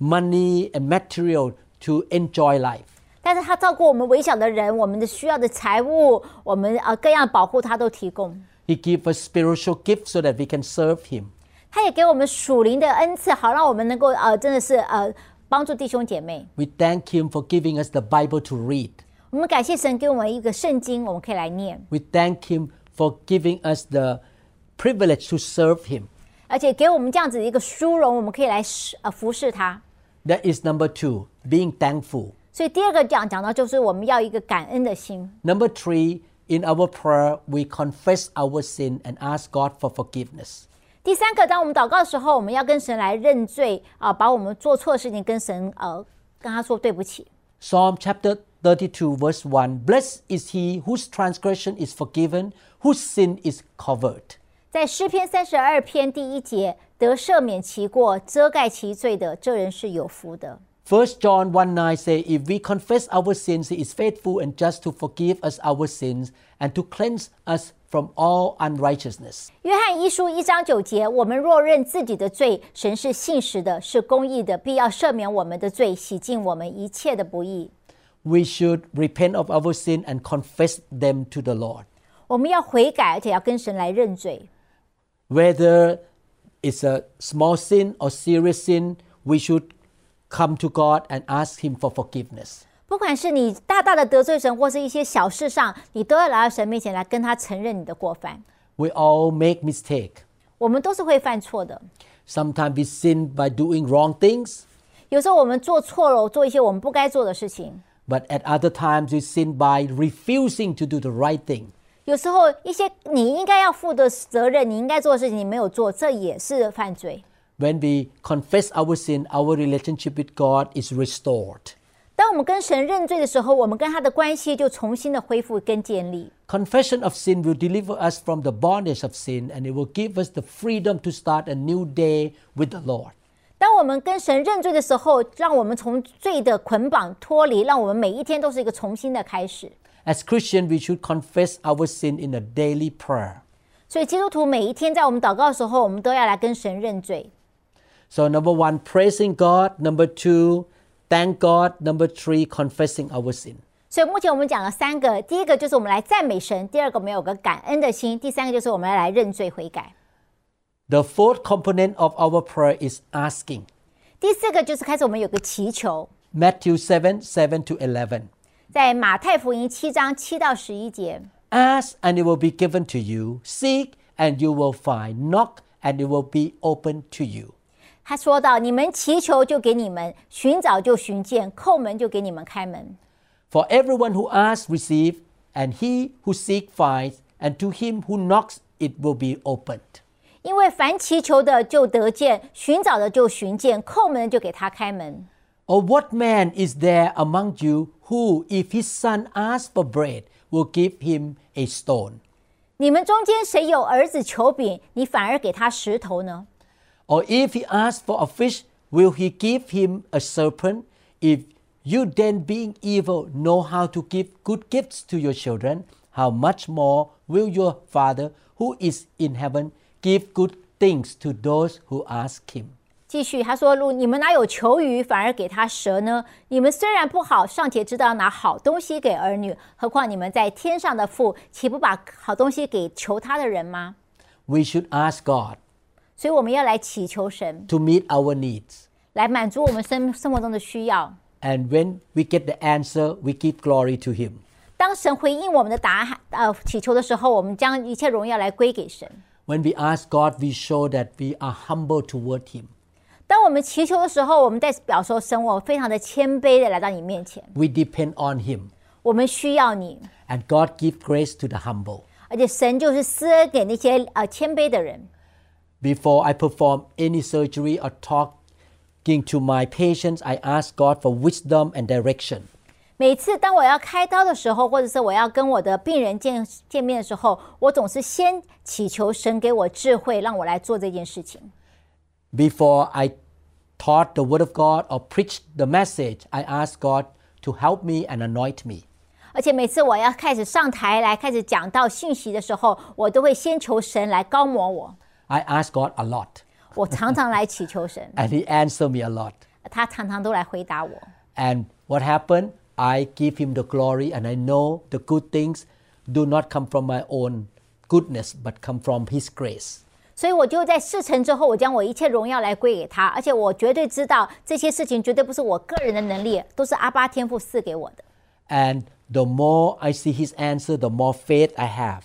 Speaker 2: money and material to enjoy life.
Speaker 1: 但是他照顾我们微小的人，我们的需要的财物，我们呃各样的保护，他都提供。
Speaker 2: He gives us spiritual gifts so that we can serve Him.
Speaker 1: 他也给我们属灵的恩赐，好让我们能够呃真的是呃帮助弟兄姐妹。
Speaker 2: We thank Him for giving us the Bible to read.
Speaker 1: 我们感谢神给我们一个圣经，我们可以来念，
Speaker 2: We thank Him for giving us the privilege to serve Him.
Speaker 1: 而且给我们这样子一个殊荣，我们可以来侍呃服侍他。
Speaker 2: That is number two, being thankful.
Speaker 1: 所以第二个讲讲到就是我们要一个感恩的心。
Speaker 2: Number three, in our prayer, we confess our sin and ask God for forgiveness.
Speaker 1: 第三个，当我们祷告的时候，我们要跟神来认罪啊、把我们做错的事情跟神呃跟他说对不起。
Speaker 2: Psalm chapter 32, verse 1 Blessed is he whose transgression is forgiven, whose sin is covered.
Speaker 1: 在诗篇三十二篇第一节，得赦免其过、遮盖其罪的，这人是有福的。
Speaker 2: 1 John 1 9 says, If we confess our sins, he is faithful and just to forgive us our sins and to cleanse us from all unrighteousness.
Speaker 1: 约翰一书一章九节，我们若认自己的罪，神是信实的，是公义的，必要赦免我们的罪，洗净我们一切的不义。
Speaker 2: We should repent of our sin and confess them to the Lord.
Speaker 1: 我们要悔改，而且要跟神来认罪。
Speaker 2: whether it's a small sin or serious sin, we should come to God and ask Him for forgiveness.
Speaker 1: 不管是你大大的得罪神，或是一些小事上，你都要来到神面前来跟他承认你的过犯。
Speaker 2: We all make mistake.
Speaker 1: 我们都是会犯错的，
Speaker 2: Sometimes we sin by doing wrong things,
Speaker 1: 有时候我们做错了，做一些我们不该做的事情。
Speaker 2: but at other times we sin by refusing to do the right thing.
Speaker 1: 有时候一些你应该要负的责任，你应该做的事情你没有做，这也是犯罪。
Speaker 2: When we confess our sin, our relationship with God is restored.
Speaker 1: 当我们跟神认罪的时候，我们跟他的关系就重新的恢复跟建立。
Speaker 2: Confession of sin will deliver us from the bondage of sin and it will give us the freedom to start a new day with the Lord.
Speaker 1: 当我们跟神认罪的时候，让我们从罪的捆绑脱离，让我们每一天都是一个重新的开始。
Speaker 2: As Christians, we should confess our sin in a daily prayer.
Speaker 1: 所以基督徒每一天在我们祷告的时候，我们都要来跟神认罪。
Speaker 2: So, number one, praising God. Number two, thank God. Number three, confessing our sin.
Speaker 1: 所以目前我们讲了三个，第一个就是我们来赞美神，第二个我们有个感恩的心，第三个就是我们要来认罪悔改，
Speaker 2: The fourth component of our prayer is asking.
Speaker 1: 第四个就是开始我们有个祈求。
Speaker 2: Matthew 7 7 to 11.
Speaker 1: 在马太福音七章七到十一节，
Speaker 2: Ask and it will be given to you. Seek and you will find. Knock and it will be opened to you.
Speaker 1: 他说到：“你们祈求就给你们，寻找就寻见，叩门就给你们开门。
Speaker 2: For everyone who asks receives, and he who seeks finds, and to him who knocks it will be opened.
Speaker 1: 因为凡祈求的就得见，寻找的就寻见，叩门的就给他开门。
Speaker 2: Or what man is there among you who, if his son asks for bread, will give him a stone?
Speaker 1: 你们中间谁有儿子求饼，你反而给他石头呢？
Speaker 2: Or if he asks for a fish, will he give him a serpent? If you then, being evil, know how to give good gifts to your children, how much more will your Father who is in heaven give good things to those who ask him?
Speaker 1: 继续，他说：“路，你们哪有求鱼，反而给他蛇呢？你们虽然不好，尚且知道拿好东西给儿女，何况你们在天上的父，岂不把好东西给求他的人吗？”
Speaker 2: We should ask God
Speaker 1: 所以我们要来祈求神，
Speaker 2: to meet our needs.
Speaker 1: 来满足我们生生活中的需要。
Speaker 2: And when we get the answer, we give glory to him.
Speaker 1: 当神回应我们的答案呃祈求的时候，我们将一切荣耀来归给神。
Speaker 2: When we ask God, we show that we are humble toward him.
Speaker 1: 当我们祈求的时候，我们在表述神，我非常的谦卑的来到你面前，
Speaker 2: We depend on him.
Speaker 1: 我们需要你，
Speaker 2: And God gives grace to the humble.
Speaker 1: 而且神就是施恩给那些呃谦卑的人。
Speaker 2: Before I perform any surgery or talking to my patients, I ask God for wisdom and direction.
Speaker 1: 每次当我要开刀的时候，或者是我要跟我的病人见见面的时候，我总是先祈求神给我智慧，让我来做这件事情。
Speaker 2: Before I taught the word of God or preached the message, I ask God to help me and anoint me.
Speaker 1: 而且每次我要开始上台来开始讲到信息的时候，我都会先求神来高摩我。
Speaker 2: I ask God a lot,
Speaker 1: 我常常来祈求神，
Speaker 2: and He answers me a lot.
Speaker 1: 他常常都来回答我。
Speaker 2: And what happened? I give him the glory, and I know the good things do not come from my own goodness, but come from his grace.
Speaker 1: 所以我就在事成之后，我将我一切荣耀来归给他，而且我绝对知道这些事情绝对不是我个人的能力，都是阿巴天父赐给我的。
Speaker 2: And the more I see his answer, the more faith I have.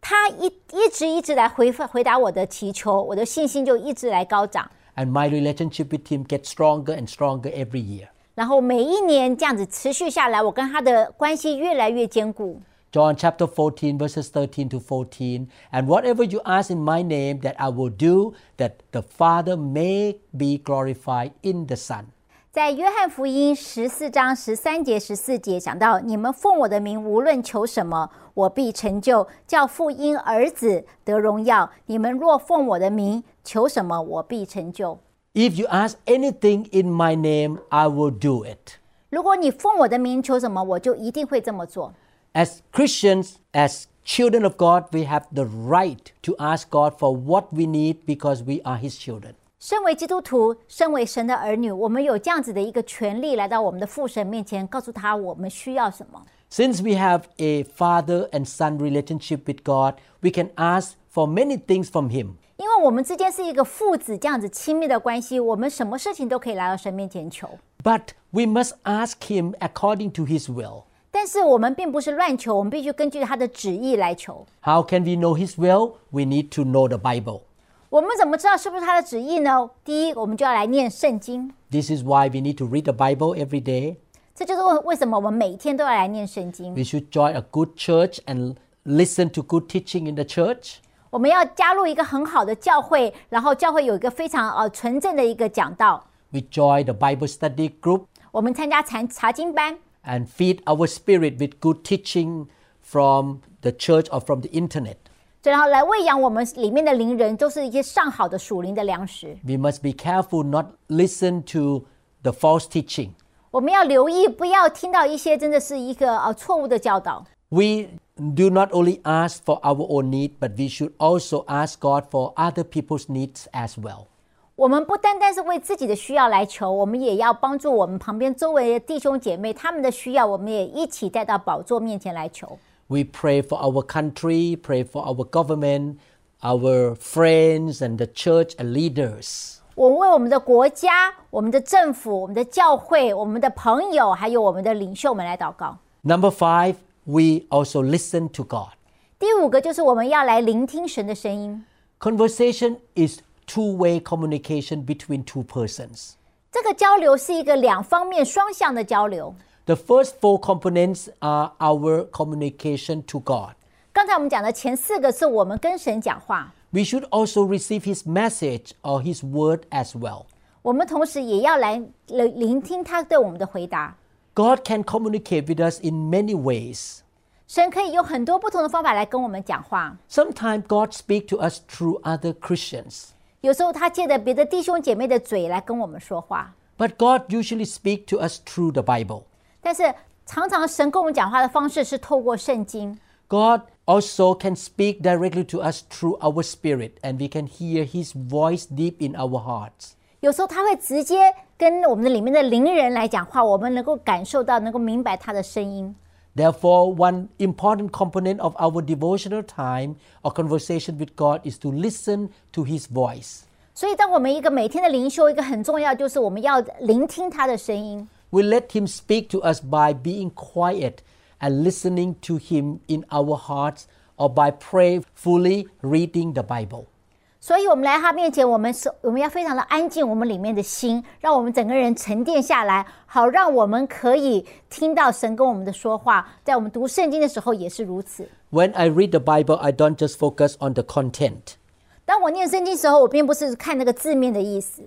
Speaker 1: 他一一直一直来回复回答我的祈求，我的信心就一直来高涨。
Speaker 2: And my relationship with him gets stronger and stronger every year.
Speaker 1: 然后每一年这样子持续下来，我跟他的关系越来越坚固。
Speaker 2: John chapter 14, verses 13 to 14. And whatever you ask in my name, that I will do, that the Father may be glorified in the Son.
Speaker 1: 在约翰福音十四章十三节、十四节讲到：“你们奉我的名无论求什么，我必成就，叫父因儿子得荣耀。你们若奉我的名求什么，我必成就。
Speaker 2: If you ask anything in my name, I will do it.
Speaker 1: 如果你奉我的名求什么，我就一定会这么做。
Speaker 2: As Christians, as children of God, we have the right to ask God for what we need because we are His children. ”
Speaker 1: 身为基督徒，身为神的儿女，我们有这样子的一个权利，来到我们的父神面前，告诉他我们需要什么。
Speaker 2: Since we have a father and son relationship with God, we can ask for many things from Him.
Speaker 1: 因为我们之间是一个父子这样子亲密的关系，我们什么事情都可以来到神面前求。
Speaker 2: But we must ask Him according to His will.
Speaker 1: 但是我们并不是乱求，我们必须根据他的旨意来求。
Speaker 2: How can we know His will? We need to know the Bible.
Speaker 1: 我们怎么知道是不是他的旨意呢？第一，我们就要来念圣经，
Speaker 2: This is why we need to read the Bible every day.
Speaker 1: 这就是为为什么我们每天都要来念圣经。
Speaker 2: We should join a good church and listen to good teaching in the church.
Speaker 1: 我们要加入一个很好的教会，然后教会有一个非常呃纯正的一个讲道。
Speaker 2: We join the Bible study group
Speaker 1: 我们参加查查经班，
Speaker 2: and feed our spirit with good teaching from the church or from the internet.
Speaker 1: 然后来喂养我们里面的灵人，都是一些上好的属灵的粮食。
Speaker 2: We must be careful not listen to the false teaching.
Speaker 1: 我们要留意，不要听到一些真的是一个呃错误的教导。
Speaker 2: We do not only ask for our own need, but we should also ask God for other people's needs as well.
Speaker 1: 我们不单单是为自己的需要来求，我们也要帮助我们旁边周围的弟兄姐妹他们的需要，我们也一起带到宝座面前来求。
Speaker 2: We pray for our country, pray for our government, our friends and the church and leaders.
Speaker 1: 我们为我们的国家、我们的政府、我们的教会、我们的朋友，还有我们的领袖们来祷告。
Speaker 2: Number 5, we also listen to God.
Speaker 1: 第五个就是我们要来聆听神的声音。
Speaker 2: Conversation is two way communication between two persons.
Speaker 1: 这个交流是一个两方面双向的交流。
Speaker 2: The first four components are our communication to God.
Speaker 1: 刚才我们讲的前四个是我们跟神讲话，
Speaker 2: We should also receive His message or His word as well.
Speaker 1: 我们同时也要来聆聆听他对我们的回答。
Speaker 2: God can communicate with us in many ways.
Speaker 1: 神可以用很多不同的方法来跟我们讲话，
Speaker 2: Sometimes God speaks to us through other Christians,
Speaker 1: 有时候他借着别的弟兄姐妹的嘴来跟我们说话，
Speaker 2: but God usually speaks to us through the Bible.
Speaker 1: 但是常常神跟我们讲话的方式是透过圣经。
Speaker 2: God also can speak directly to us through our spirit, and we can hear His voice deep in our hearts.
Speaker 1: 有时候他会直接跟我们的里面的灵人来讲话，我们能够感受到，能够明白他的声音。
Speaker 2: Therefore, one important component of our devotional time or conversation with God is to listen to His voice.
Speaker 1: 所以，当我们一个每天的灵修，一个很重要就是我们要聆听他的声音。
Speaker 2: We let Him speak to us by being quiet and listening to Him in our hearts or by prayerfully reading the Bible.
Speaker 1: 所以，我们来他面前，我们是我们要非常的安静，我们里面的心，让我们整个人沉淀下来，好让我们可以听到神跟我们的说话。在我们读圣经的时候也是如此。
Speaker 2: When I read the Bible, I don't just focus on the content.
Speaker 1: 当我念圣经的时候，我并不是看那个字面的意思。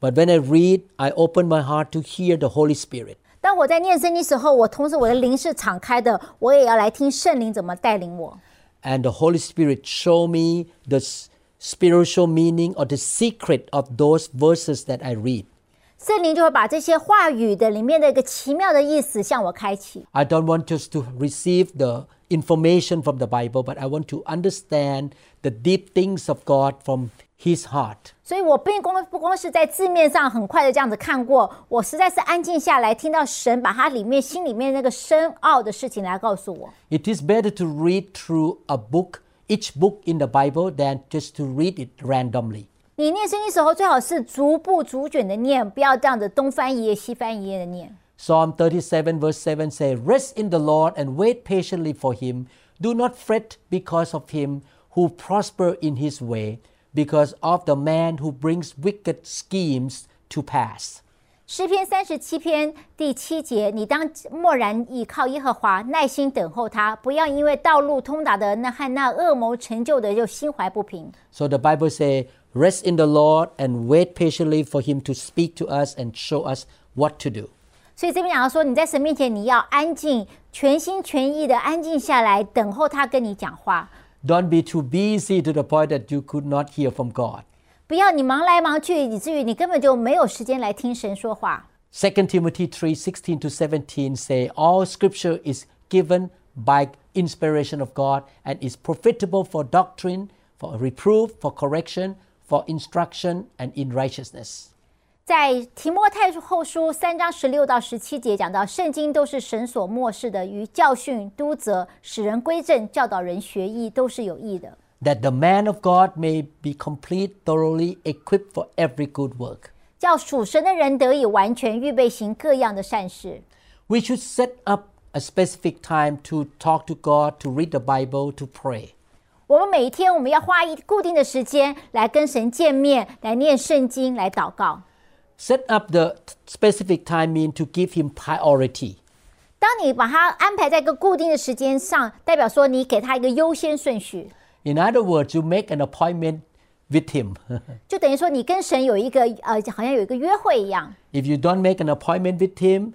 Speaker 2: But when I read, I open my heart to hear the Holy Spirit.
Speaker 1: 当我在念圣经的时候，我同时我的灵是敞开的，我也要来听圣灵怎么带领我。
Speaker 2: And the Holy Spirit show me the s- spiritual meaning or the secret of those verses that I read.
Speaker 1: 圣灵就会把这些话语的里面的一个奇妙的意思向我开启。
Speaker 2: I don't want just to receive the information from the Bible, but I want to understand the deep things of God from His heart.
Speaker 1: 所以我并光不光是在字面上很快的这样子看过，我实在是安静下来，听到神把他里面心里面那个深奥的事情来告诉我。
Speaker 2: It is better to read through a book, each book in the Bible, than just to read it randomly.
Speaker 1: 你念圣经的时候，最好是逐步逐卷的念，不要这样子东翻一页西翻一页的念。
Speaker 2: Psalm 37 verse 7 says, Rest in the Lord and wait patiently for him. Do not fret because of him who prosper in his way, because of the man who brings wicked schemes to pass.
Speaker 1: 诗篇三十七篇第七节，你当默然倚靠耶和华，耐心等候他，不要因为道路通达的那和那恶谋成就的就心怀不平。
Speaker 2: So the Bible says, Rest in the Lord and wait patiently for him to speak to us and show us what to do.
Speaker 1: 所以这边讲到说，你在神面前你要安静，全心全意的安静下来，等候他跟你讲话，
Speaker 2: Don't be too busy to the point that you could not hear from God.
Speaker 1: 不要你忙来忙去，以至于你根本就没有时间来听神说话。
Speaker 2: 2 Timothy 3 16 to 17 say, All scripture is given by inspiration of God and is profitable for doctrine, for reproof, for correction, for instruction, and in righteousness.
Speaker 1: 在提摩太后书三章十六到十七节讲到，圣经都是神所漠视的，于教训、督责、使人归正、教导人学艺，都是有益的。
Speaker 2: That the man of God may be complete, thoroughly equipped for every good work.
Speaker 1: 叫属神的人得以完全预备行各样的善事。
Speaker 2: We should set up a specific time to talk to God, to read the Bible, to pray.
Speaker 1: 我们每一天我们要花一固定的时间来跟神见面，来念圣经，来祷告。
Speaker 2: Set up the t- specific time means to give Him priority.
Speaker 1: 当你把它安排在一个固定的时间上，代表说你给他一个优先顺序，
Speaker 2: In other words, you make an appointment with Him.
Speaker 1: 就等于说你跟神有一个呃，好像有一个约会一样。
Speaker 2: if you don't make an appointment with Him,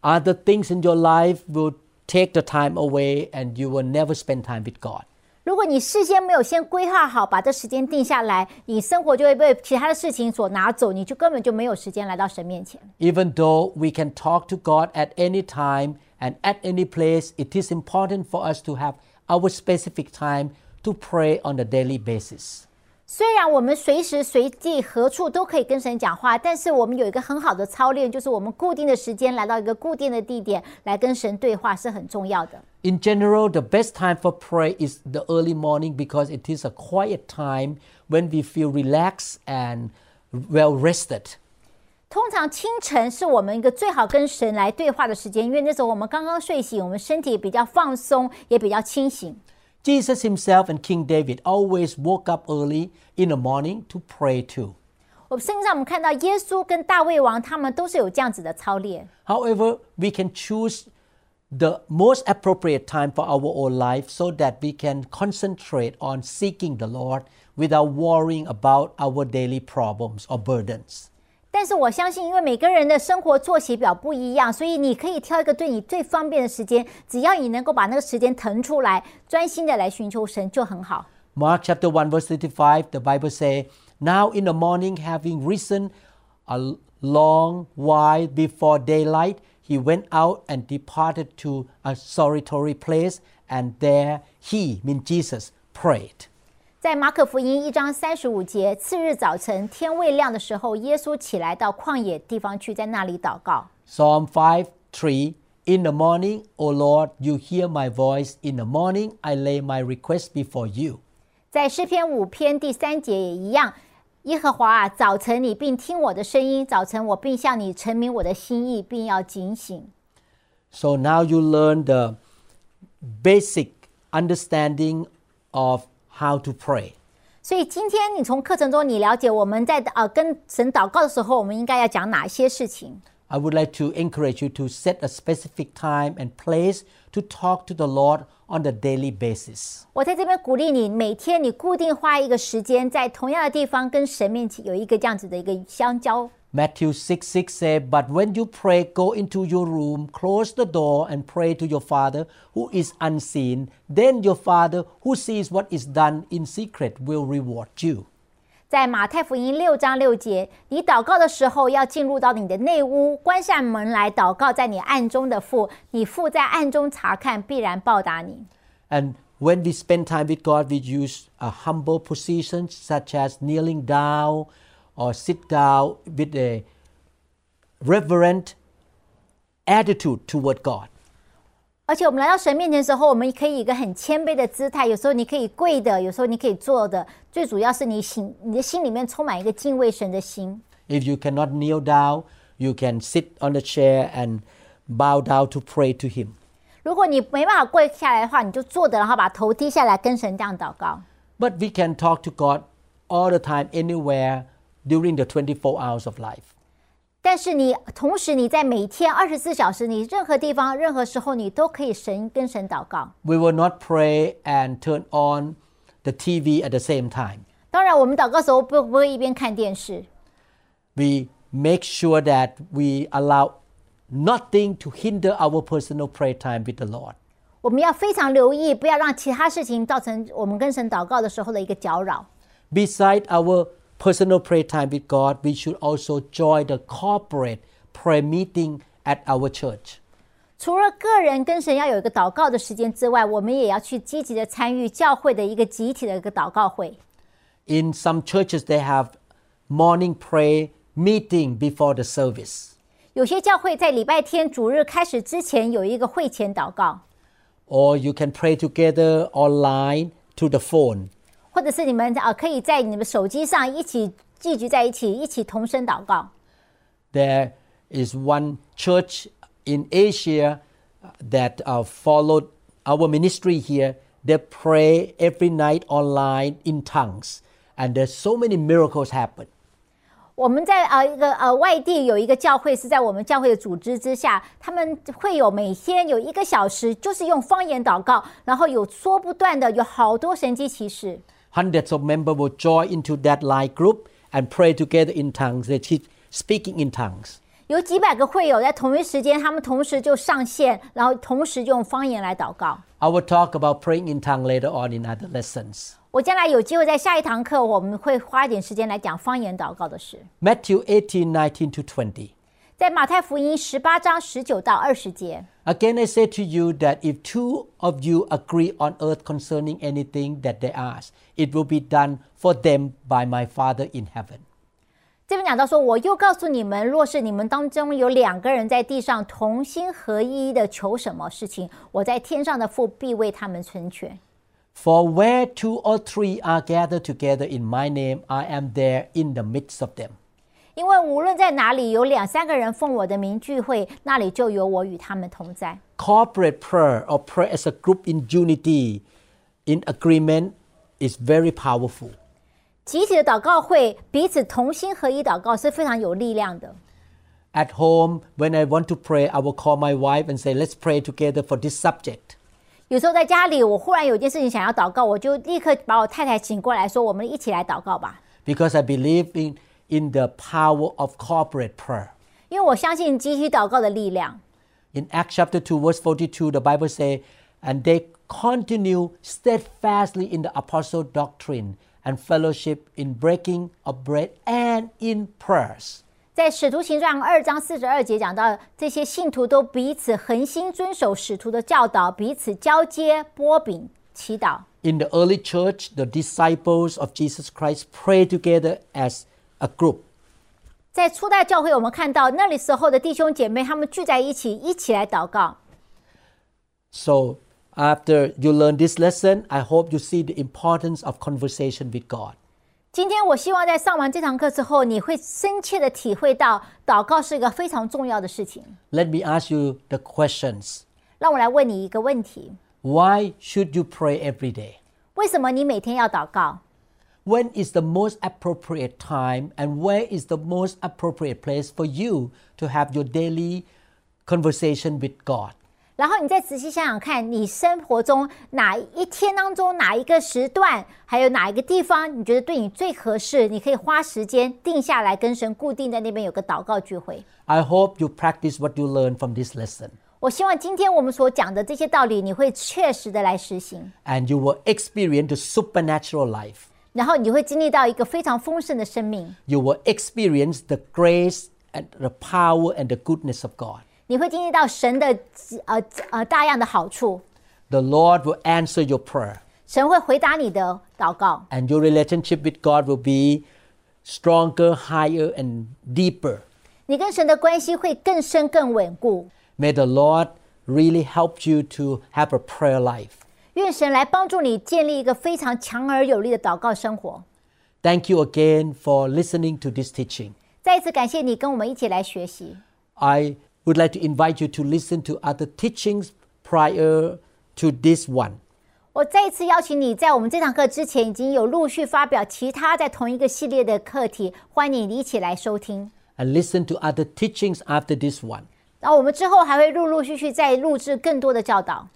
Speaker 2: other things in your life will take the time away and you will never spend time with God.
Speaker 1: 如果你事先没有先规划好，把这时间定下来，你生活就会被其他的事情所拿走，你就根本就没有时间来到神面前。
Speaker 2: Even though we can talk to God at any time and at any place, it is important for us to have our specific time to pray on a daily basis.
Speaker 1: 虽然我们随时随地何处都可以跟神讲话，但是我们有一个很好的操练，就是我们固定的时间来到一个固定的地点来跟神对话是很重要的。
Speaker 2: In general, the best time for prayer is the early morning because it is a quiet time when we feel relaxed and well rested.
Speaker 1: 通常清晨是我们一个最好跟神来对话的时间，因为那时候我们刚刚睡醒，我们身体比较放松，也比较清醒。
Speaker 2: Jesus himself and King David always woke up early in the morning to pray too.
Speaker 1: 我们圣经上我们看到耶稣跟大卫王他们都是有这样子的操练。
Speaker 2: However, we can choose the most appropriate time for our own life so that we can concentrate on seeking the Lord without worrying about our daily problems or burdens.
Speaker 1: 但是我相信，因为每个人的生活作息表不一样，所以你可以挑一个对你最方便的时间，只要你能够把那个时间腾出来，专心的来寻求神就很好。
Speaker 2: Mark chapter 1 verse 35, the Bible say, Now in the morning, having risen a long while before daylight, he went out and departed to a solitary place, and there he, mean Jesus, prayed.
Speaker 1: 在马可福音一章三十五节，次日早晨天未亮的时候，耶稣起来到旷野地方去，在那里祷告。
Speaker 2: Psalm 5 3 In the morning, O Lord, you hear my voice. In the morning, I lay my request before you.
Speaker 1: 在诗篇五篇第三节也一样，耶和华啊，早晨你并听我的声音，早晨我并向你陈明我的心意，并要警醒。
Speaker 2: So now you learn the basic understanding of how to pray.
Speaker 1: 所以今天你从课程中你了解我们在呃跟神祷告的时候，我们应该要讲哪些事情？
Speaker 2: I would like to encourage you to set a specific time and place to talk to the Lord on a daily basis.
Speaker 1: 我在这边鼓励你，每天你固定花一个时间，在同样的地方跟神面前有一个这样子的一个相交。
Speaker 2: Matthew 6 6 says, But when you pray, go into your room, close the door, and pray to your Father who is unseen. Then your Father who sees what is done in secret will reward you.
Speaker 1: 在马太福音六章六节，你祷告的时候要进入到你的内屋，关上门来祷告，在你暗中的父，你父在暗中查看，必然报答你。
Speaker 2: And when we spend time with God, we use a humble position such as kneeling down or sit down with a reverent attitude toward God.
Speaker 1: 而且我们来到神面前的时候，我们可以以一个很谦卑的姿态，有时候你可以跪的，有时候你可以坐的，最主要是你心你的心里面充满一个敬畏神的心。
Speaker 2: If you cannot kneel down, you can sit on a chair and bow down to pray to Him.
Speaker 1: 如果你没办法跪下来的话，你就坐的，然后把头低下来跟神这样祷告。
Speaker 2: But we can talk to God all the time, anywhere during the 24 hours of life.
Speaker 1: 但是你同时你在每天二十四小时，你任何地方、任何时候，你都可以神跟神祷告。
Speaker 2: We will not pray and turn on the TV at the same time.
Speaker 1: 当然，我们祷告的时候不不会一边看电视，
Speaker 2: We make sure that we allow nothing to hinder our personal prayer time with the Lord.
Speaker 1: 我们要非常留意，不要让其他事情造成我们跟神祷告的时候的一个搅扰。
Speaker 2: Beside our personal prayer time with God, we should also join the corporate prayer meeting at our church.
Speaker 1: 除了个人跟神要有一个祷告的时间之外，我们也要去积极的参与教会的一个集体的一个祷告会。
Speaker 2: In some churches, they have morning prayer meeting before the service,
Speaker 1: 有些教会在礼拜天主日开始之前有一个会前祷告，
Speaker 2: or you can pray together online to the phone.
Speaker 1: 或者是你们啊可以在你们手机上一起聚集在一起，一起同声祷告。
Speaker 2: There is one church in Asia that uh, followed our ministry here. They pray every night online in tongues, and there's so many miracles happen.
Speaker 1: 我们在呃一个呃外地有一个教会是在我们教会的组织之下，他们会有每天有一个小时，就是用方言祷告，然后有说不断的，有好多神机骑士。
Speaker 2: Hundreds of members will join into that live group and pray together in tongues. They keep speaking in tongues.
Speaker 1: 有几百个会友在同一时间，他们同时就上线，然后同时用方言来祷告。
Speaker 2: I will talk about praying in tongue later on in other lessons.
Speaker 1: 我将来有机会在下一堂课，我们会花一点时间来讲方言祷告的事。
Speaker 2: Matthew 18, 19 to 20.
Speaker 1: 在马太福音十八章十九到二十节，
Speaker 2: Again, I say to you that if two of you agree on earth concerning anything that they ask, it will be done for them by my Father in heaven.
Speaker 1: 这边讲到说，我又告诉你们，若是你们当中有两个人在地上同心合一的求什么事情，我在天上的父必为他们成全。
Speaker 2: For where two or three are gathered together in my name, I am there in the midst of them.
Speaker 1: 因为无论在哪里有两三个人奉我的名聚会，那里就有我与他们同在。
Speaker 2: Corporate prayer or prayer as a group in unity in agreement is very powerful.
Speaker 1: 集体的祷告会，彼此同心合一祷告是非常有力量的。
Speaker 2: At home, when I want to pray, I will call my wife and say, Let's pray together for this subject.
Speaker 1: 有时候在家里，我忽然有件事情想要祷告，我就立刻把我太太请过来说：“我们一起来祷告吧。
Speaker 2: Because I believe in, in the power of corporate prayer. ”
Speaker 1: 因为我相信集体祷告的力量。
Speaker 2: In Acts chapter 2, verse 42, the Bible says, And they continue steadfastly in the apostle doctrine and fellowship in breaking of bread and in prayers.
Speaker 1: 在《使徒行传》二章四十二节讲到，这些信徒都彼此恒心遵守使徒的教导，彼此交接、波饼、祈祷。
Speaker 2: In the early church, the disciples of Jesus Christ pray together as a group.
Speaker 1: 在初代教会，我们看到那里时候的弟兄姐妹，他们聚在一起，一起来祷告。
Speaker 2: So, after you learn this lesson, I hope you see the importance of conversation with God.
Speaker 1: 今天我希望在上完这堂课之后，你会深切的体会到祷告是一个非常重要的事情。
Speaker 2: Let me ask you the questions.
Speaker 1: 让我来问你一个问题：
Speaker 2: Why should you pray every day?
Speaker 1: 为什么你每天要祷告？
Speaker 2: When is the most appropriate time and where is the most appropriate place for you to have your daily conversation with God?
Speaker 1: 然后你再仔细想想看，你生活中哪一天当中哪一个时段，还有哪一个地方，你觉得对你最合适？你可以花时间定下来，跟神固定在那边有个祷告聚会。
Speaker 2: I hope you practice what you learn from this lesson
Speaker 1: 我希望今天我们所讲的这些道理，你会确实的来实行，
Speaker 2: and you will experience the supernatural life.
Speaker 1: 然后你会经历到一个非常丰盛的生命，
Speaker 2: You will experience the grace and the power and the goodness of God.
Speaker 1: 你会经历到神的呃呃大样的好处，
Speaker 2: The Lord will answer your prayer
Speaker 1: 神会回答你的祷告，
Speaker 2: and your relationship with God will be stronger, higher, and deeper.
Speaker 1: 你跟神的关系会更深更稳固。
Speaker 2: May the Lord really help you to have a prayer life.
Speaker 1: 愿神来帮助你建立一个非常强而有力的祷告生活。
Speaker 2: Thank you again for listening to this teaching.
Speaker 1: 再一次感谢你跟我们一起来学习。
Speaker 2: I would like to invite you to listen to other teachings prior to this one.
Speaker 1: 我再一次邀请你，在我们这堂课之前已经有陆续发表其他在同一个系列的课题，欢迎你一起来收听。
Speaker 2: and listen to other teachings after this one.
Speaker 1: 然后我们之后还会陆陆续续再录制更多的教导。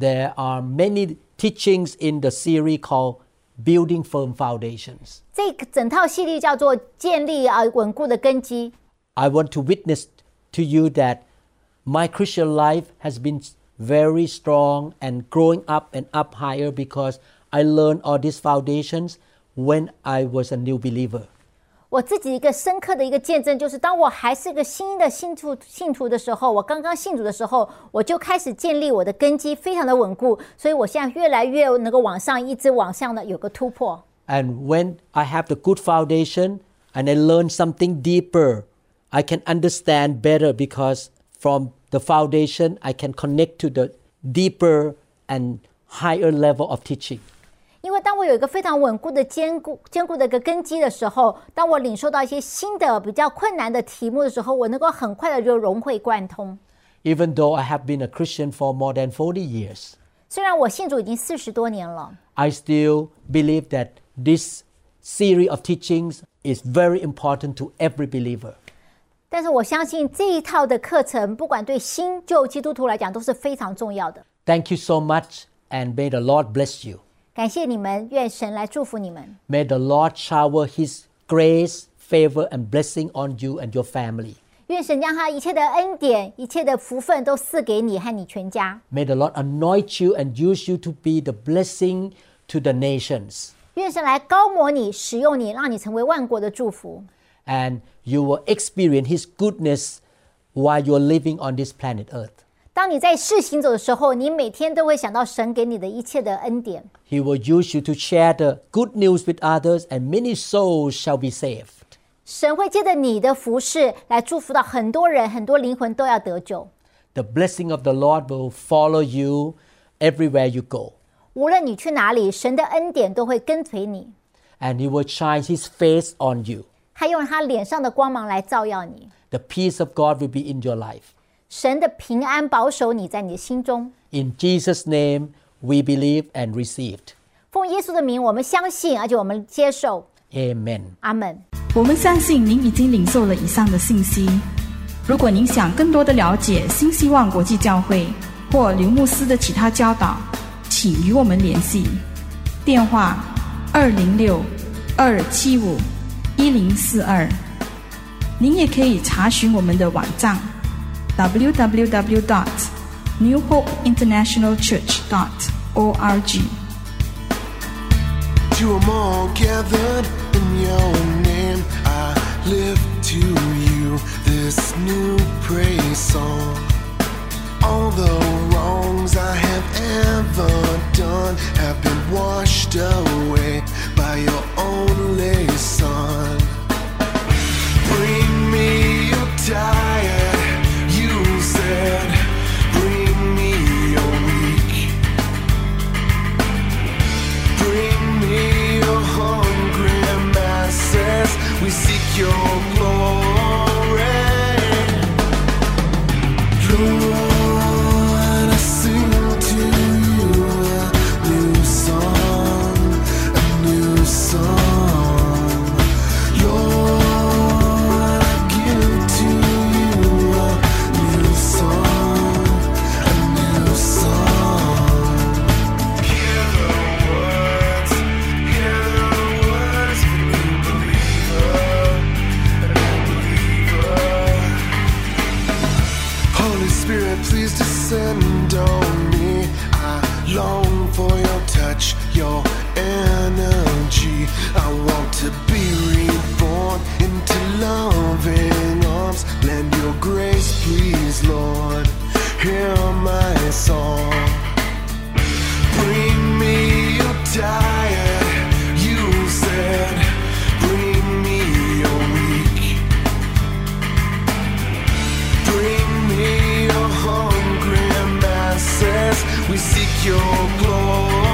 Speaker 2: There are many teachings in the series called Building Firm Foundations.
Speaker 1: 这个整套系列叫做建立啊稳固的根基。
Speaker 2: I want to witness to you that my Christian life has been very strong and growing up and up higher because I learned all these foundations when I was a new believer.
Speaker 1: 我自己一个深刻的一个见证，就是当我还是个新的信徒信徒的时候，我刚刚信主的时候，我就开始建立我的根基，非常的稳固，所以我现在越来越能够往上，一直往上的有个突破。
Speaker 2: And when I have the good foundation and I learn something deeper, I can understand better because from the foundation, I can connect to the deeper and higher level of teaching.
Speaker 1: 因为当我有一个非常稳固的坚固坚固的一个根基的时候，当我领受到一些新的比较困难的题目的时候，我能够很快的就融会贯通。
Speaker 2: Even though I have been a Christian for more than 40 years,
Speaker 1: 虽然我信主已经四十多年了，
Speaker 2: I still believe that this series of teachings is very important to every believer.
Speaker 1: 但是我相信这一套的课程，不管对新旧基督徒来讲都是非常重要的。
Speaker 2: Thank you so much, and may the Lord bless you.
Speaker 1: 感谢你们，愿神来祝福你们。
Speaker 2: May the Lord shower His grace, favor, and blessing on you and your family.
Speaker 1: 愿神将他一切的恩典、一切的福分都赐给你和你全家。
Speaker 2: May the Lord anoint you and use you to be the blessing to the nations.
Speaker 1: 愿神来高摩你、使用你，让你成为万国的祝福。
Speaker 2: And you will experience His goodness while you're living on this planet Earth.
Speaker 1: 当你在世行走的时候，你每天都会想到神给你的一切的恩典。
Speaker 2: He will use you to share the good news with others, and many souls shall be saved.
Speaker 1: 神会借着你的服饰来祝福到很多人，很多灵魂都要得救。
Speaker 2: The blessing of the Lord will follow you everywhere you go,
Speaker 1: 无论你去哪里，神的恩典都会跟随你。
Speaker 2: and He will shine His face on you.
Speaker 1: 他用他脸上的光芒来照耀你。
Speaker 2: The peace of God will be in your life.
Speaker 1: 神的平安保守你在你的心中。
Speaker 2: In Jesus' name, we believe and received.
Speaker 1: 奉耶稣的名，我们相信，而且我们接受。
Speaker 2: Amen.
Speaker 1: 阿门。
Speaker 3: 我们相信您已经领受了以上的信息。如果您想更多的了解新希望国际教会或刘牧师的其他教导，请与我们联系。电话：二零六二七五一零四二。您也可以查询我们的网站 www.newhopeinternationalchurch.org。
Speaker 4: To 'em all gathered in your name, I lift to you this new praise song. All the wrongs I have ever done have been washed away by your only son. Bring me your tired, you said. Bring me your weak. Bring me your hungry masses. We seek your glory. Lord, I sing to you a new song, a new song. Lord, I give to you a new song, a new song. Hear the words, hear the words of a new believer, a new believer. Holy Spirit, please descend on me. I long for your touch, your energy. I want to be reborn into loving arms. Lend your grace, please, Lord. Hear my song. Bring me your tired, you said. Bring me your weak. Bring me your hungry masses. We seek your glory.